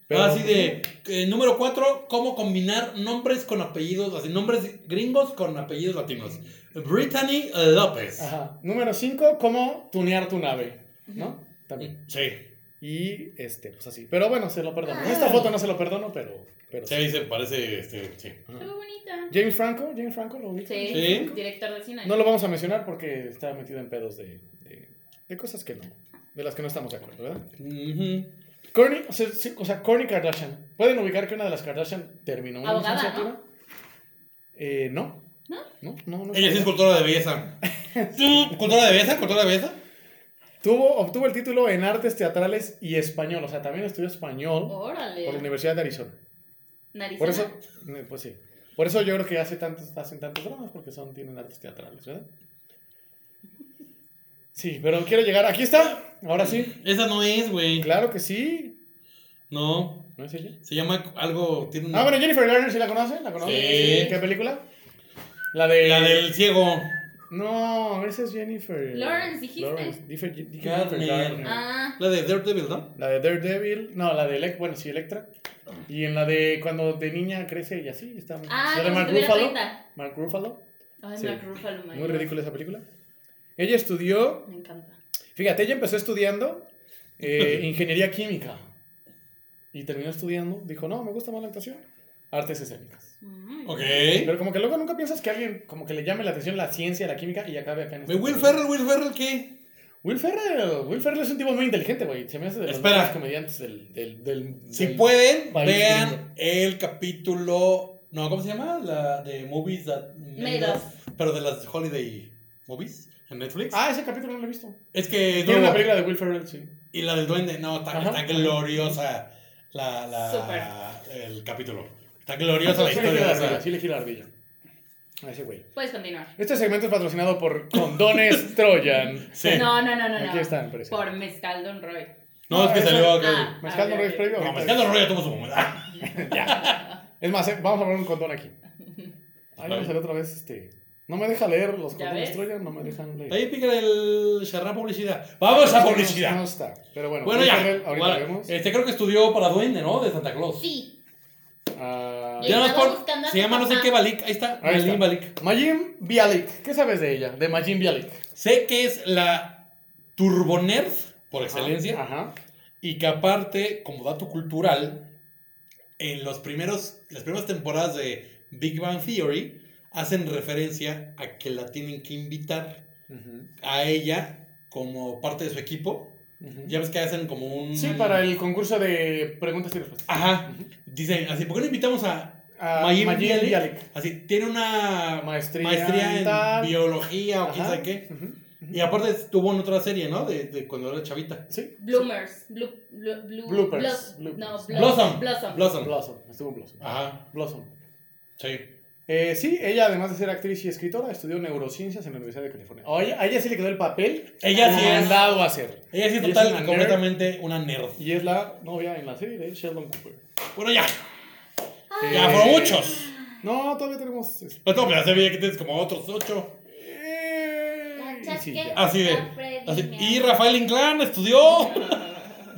Pero- Así de, eh, número 4, cómo combinar nombres con apellidos, así, nombres gringos con apellidos latinos. Brittany López. Ajá. Número 5, cómo tunear tu nave, ¿no? También. Sí, Y este, pues así. Pero bueno, se lo perdono. En esta Ah. foto no se lo perdono, pero, pero sí. sí, se parece, este, sí. Qué bonita. James Franco, James Franco lo ubica. Sí, Sí. director de cine. No lo vamos a mencionar porque está metido en pedos de, de, de cosas que no, de las que no estamos de acuerdo, ¿verdad? Ujú. Kourtney, o sea, sí, o sea, Kourtney Kardashian. ¿Pueden ubicar que una de las Kardashian terminó una Abogada, licenciatura? ¿no? Eh, no. No, no, no. Ella sí es cultura de belleza. ¿Cultura de belleza? ¿Cultura de belleza? Tuvo, obtuvo el título en artes teatrales y español, o sea, también estudió español Oh. por la Órale. Universidad de Arizona. Narizona. Por eso, eh, pues sí. Por eso yo creo que hace tantos, hacen tantos dramas, porque son, tienen artes teatrales, ¿verdad? Sí, pero quiero llegar. Aquí está. Ahora sí. Esa no es, güey. Claro que sí. No, ¿No es ella? se llama algo. Tiene una- Ah, bueno, Jennifer Garner, ¿sí la conocen? ¿La conocen? Sí. ¿Qué película? La de. La del ciego. No, esa es Jennifer. Lawrence, dijiste. Lawrence, dije- dije Garner. Jennifer Garner. Ah, La de Daredevil, ¿no? La de Daredevil. No, la de Electra. Bueno, sí, Electra. Y en la de cuando de niña crece y así. Está muy ah, la de como si Mark tuviera Ruffalo. 30. Mark Ruffalo. Ay, Sí. Mark Ruffalo, my Muy God. ridícula esa película. Ella estudió, Me encanta. fíjate, ella empezó estudiando eh, ingeniería química. Y terminó estudiando, dijo, no, me gusta más la actuación. Artes escénicas. Mm. Ok. Pero como que luego nunca piensas que alguien, como que le llame la atención la ciencia, la química y acabe acá en Güey, este- Will Ferrell, Will Ferrell, ¿qué? Will Ferrell. Will Ferrell es un tipo muy inteligente, güey. Se me hace de los Espera. mejores comediantes del... del, del, Si del- pueden, país vean gringo. el capítulo. No, ¿cómo se llama? La de Movies That Made Made Us, Pero de las Holiday Movies en Netflix. Ah, ese capítulo no lo he visto. es que. Tiene no, una película de Will Ferrell, sí. y la del Duende. No, está, Ajá. está gloriosa. La, la, Súper. el capítulo. Está gloriosa la Sí le gira historia. la o sea. ardilla, sí le gira la ardilla. A ese güey. Puedes continuar. Este segmento es patrocinado por Condones Troyan. Sí. No, no, no, no. Aquí no. están, parece. Por Mezcal Don Roy. No, es que eso- salió Ah, acá. Mezcal no ok, lo es ok. previo. No, ahorita. Mezcal del Rollo tuvo su momento. Es más, eh, vamos a poner un condón aquí. Ay, no me salió otra vez este. No me deja leer los ¿Ya condones ves? Troyan, no me dejan leer. Ahí pica el charrá publicidad. Vamos a No, publicidad. No, está. Pero bueno, Bueno, Will ya. Ferrell, ahorita Bueno, vemos. Este creo que estudió para duende, ¿no? De Santa Claus. Sí. Ah, Y Ya nos estaba pon- buscando a se su llama no sé papá. qué Balik. Ahí está. Ahí Malin está. Balik. Majin Bialik. ¿Qué sabes de ella? De Majin Bialik. Sé que es la Turbonerf por excelencia. Ah, Ajá. Y que aparte, como dato cultural, en los primeros, las primeras temporadas de Big Bang Theory hacen referencia a que la tienen que invitar Ujú, a ella como parte de su equipo. ujú. Ya ves que hacen como un... Sí, para el concurso de preguntas y respuestas. Ajá. Dicen, así, ¿por qué no invitamos a Ah, Majin Majin Bialik? Bialik. Así, tiene una Maestría, maestría en tal. biología o quién Ajá. sabe qué. Ujú. Y aparte estuvo en otra serie, ¿no? De, de cuando era chavita. Sí. Bloomers. Blu- blu- blu- Bloopers. blos- Bloopers. No, blos- Blossom. Blossom. Blossom. Blossom. Estuvo en Blossom. Ajá, Blossom. sí. Eh, sí, ella además de ser actriz y escritora, estudió neurociencias en la Universidad de California. Oye, a ella sí le quedó el papel Ella sí es. mandado a hacer. Ella sí es Y es total, una nerd. completamente una nerd. Y es la novia en la serie de Sheldon Cooper. Bueno, ya. Eh, Ya fueron muchos. No, todavía tenemos. este, No, pero se veía que tienes como otros ocho. eh, y sí, ya. Así de. así- Y Rafael Inclán estudió.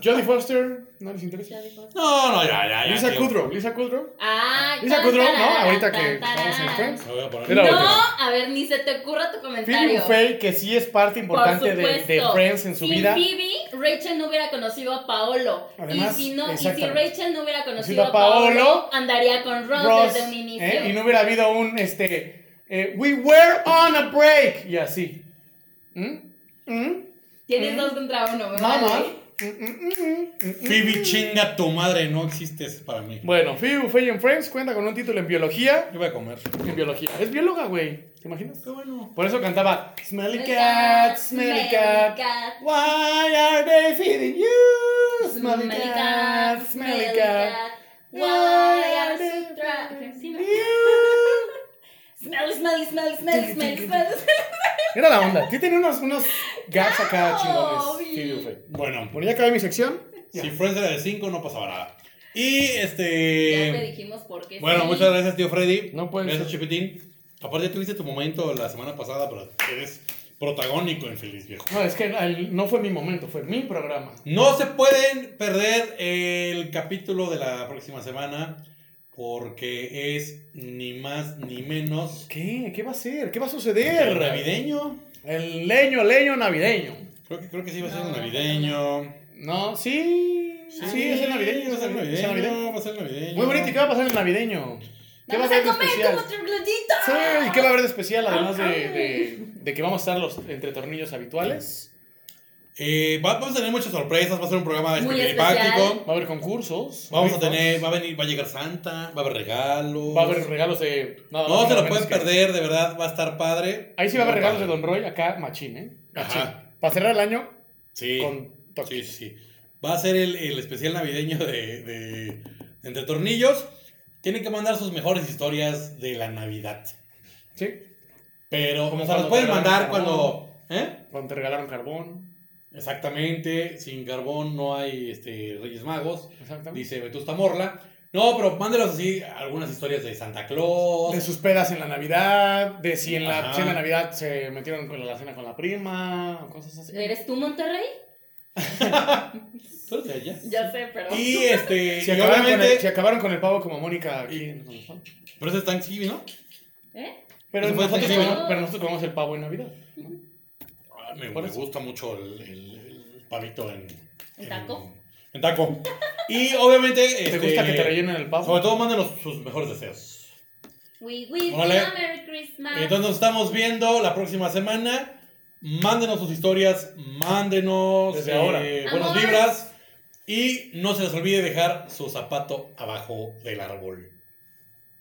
Jodie Foster, ¿no les interesa? No, no, ya, ya, ya. Lisa tío. Kudrow, Lisa Kudrow. Ah, Lisa tan, Kudrow, ¿no? tararán, Ahorita que tan, estamos en tararán. Friends. Me voy a poner- Era No, otra. a ver, ni se te ocurra tu Phoebe comentario. Buffay, que sí es parte importante de, de supuesto. Friends en su Sin vida. Phoebe, Rachel no hubiera conocido a Paolo. Además, y, si no, y si exactamente. Rachel no hubiera Conocido conocido a a Paolo, Paolo, andaría con Ross, Ross, desde un inicio. ¿eh? Y no hubiera habido un, este, eh, we were on a break. Y así. ¿Mm? ¿Mm? Tienes dos contra uno, me ¿eh? Mamá, vale. Phoebe, Mm. chinga tu madre, no existes para mí. Bueno, Phoebe Buffet and Friends cuenta con un título en biología. Yo voy a comer. En biología. Es bióloga, güey. ¿Te imaginas? Qué bueno. Por eso cantaba Smelly Smelly cat, cat, smelly smelly cat. cat. Why are they feeding you? Smelly Smelly cat, cat, smelly smelly cat. cat. Why are they feeding you? Smelly, smelly, smelly, smelly, smelly, smelly. Era la onda. Sí tenía unos, unos gags acá chingones. No, vi. Phoebe Buffet. Bueno, Bueno, ya acabé mi sección. si Friends era de 5, no pasaba nada. Y Ya te este. dijimos por qué. Bueno, sí. pues, muchas gracias, tío Freddy. No puede Gracias, ser. Chipitín. Aparte, tuviste tu momento la semana pasada, pero eres protagónico en Feliz Viejo. No, es que el- no fue mi momento, fue mi programa. No se pueden perder el capítulo de la próxima semana porque es ni más ni menos ¿Qué? ¿Qué va a ser? ¿Qué va a el suceder? navideño. El leño, leño navideño. Creo que, creo que sí va a ser No, el no, navideño. No, sí. Sí, es el navideño. Va a ser el es el navideño. navideño. Va a ser el navideño. Muy bonito. ¿Y qué va a pasar en el navideño? ¿Qué va a Vamos haber a de comer Ah, especial? como trogloditos. Sí, ¿y qué va a haber de especial? Además de, de- de que vamos a estar los entre tornillos habituales. Eh, va- vamos a tener muchas sorpresas. Va a ser un programa Muy práctico. especial. Va a haber concursos. Vamos a rifas, tener, va a venir, va a llegar Santa, va a haber regalos. Va a haber regalos de. Nada más No y se nada lo pueden menos que- perder, de verdad, va a estar padre. Ahí sí va a haber Muy regalos de padre. Don Roy acá, machín, ¿eh? Machín. Ajá. Para cerrar el año Sí. con toque. Sí, sí, sí. Va a ser el, el especial navideño de, de Entre Tornillos. Tienen que mandar sus mejores historias de la Navidad. Sí, Pero, Como o sea, las cuando pueden te regalan mandar cuando. ¿Eh? Cuando te regalaron carbón. Exactamente. Sin carbón no hay este, Reyes Magos. Exactamente. Dice Vetusta Morla. No, pero mándenos así algunas historias de Santa De Claus. sus pedas en la Navidad, de si en la, Ajá. si en la Navidad se metieron con la cena con la prima, o cosas así. ¿Eres tú Monterrey? Tú eres de allá. Ya sé, pero. Y este. Si y acabaron, con el, si obviamente. acabaron con el pavo como Mónica aquí. en- Pero ese es Thanksgiving, ¿no? ¿Eh? Pero, Eso fue nosotros Thanksgiving, comemos- ¿no? pero nosotros comemos el pavo en Navidad. Ah, Me, Por me eso. gusta mucho el, el- el pavito en, ¿En taco? En taco. Y obviamente. ¿Te este, gusta que te rellenen el pavo? Sobre todo, mándenos sus mejores deseos. We wish you Órale. a Merry Christmas. Entonces, nos estamos viendo la próxima semana. Mándenos sus historias, mándenos eh, Desde ahora. buenas Amor. vibras. Y no se les olvide dejar su zapato abajo del árbol.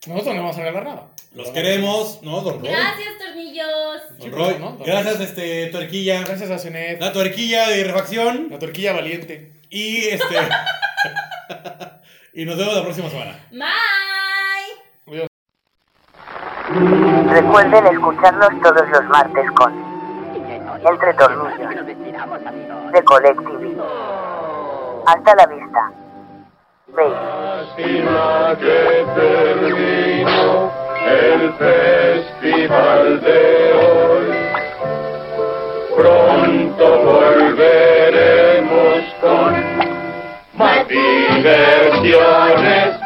Nosotros no vamos a regalar nada. Los queremos, ¿no, don Roy? Gracias, tornillos. Don Roy. Sí, ¿no? Don Gracias, este, tuerquilla. Gracias a Cenet, La tuerquilla de refacción. la turquilla valiente. Y este. y nos vemos la próxima semana. Bye. Recuerden escucharnos todos los martes con Entre Tornillos de Colectivi. Hasta la vista. Baby. Lástima que terminó el festival de hoy. Pronto volveremos con más diversiones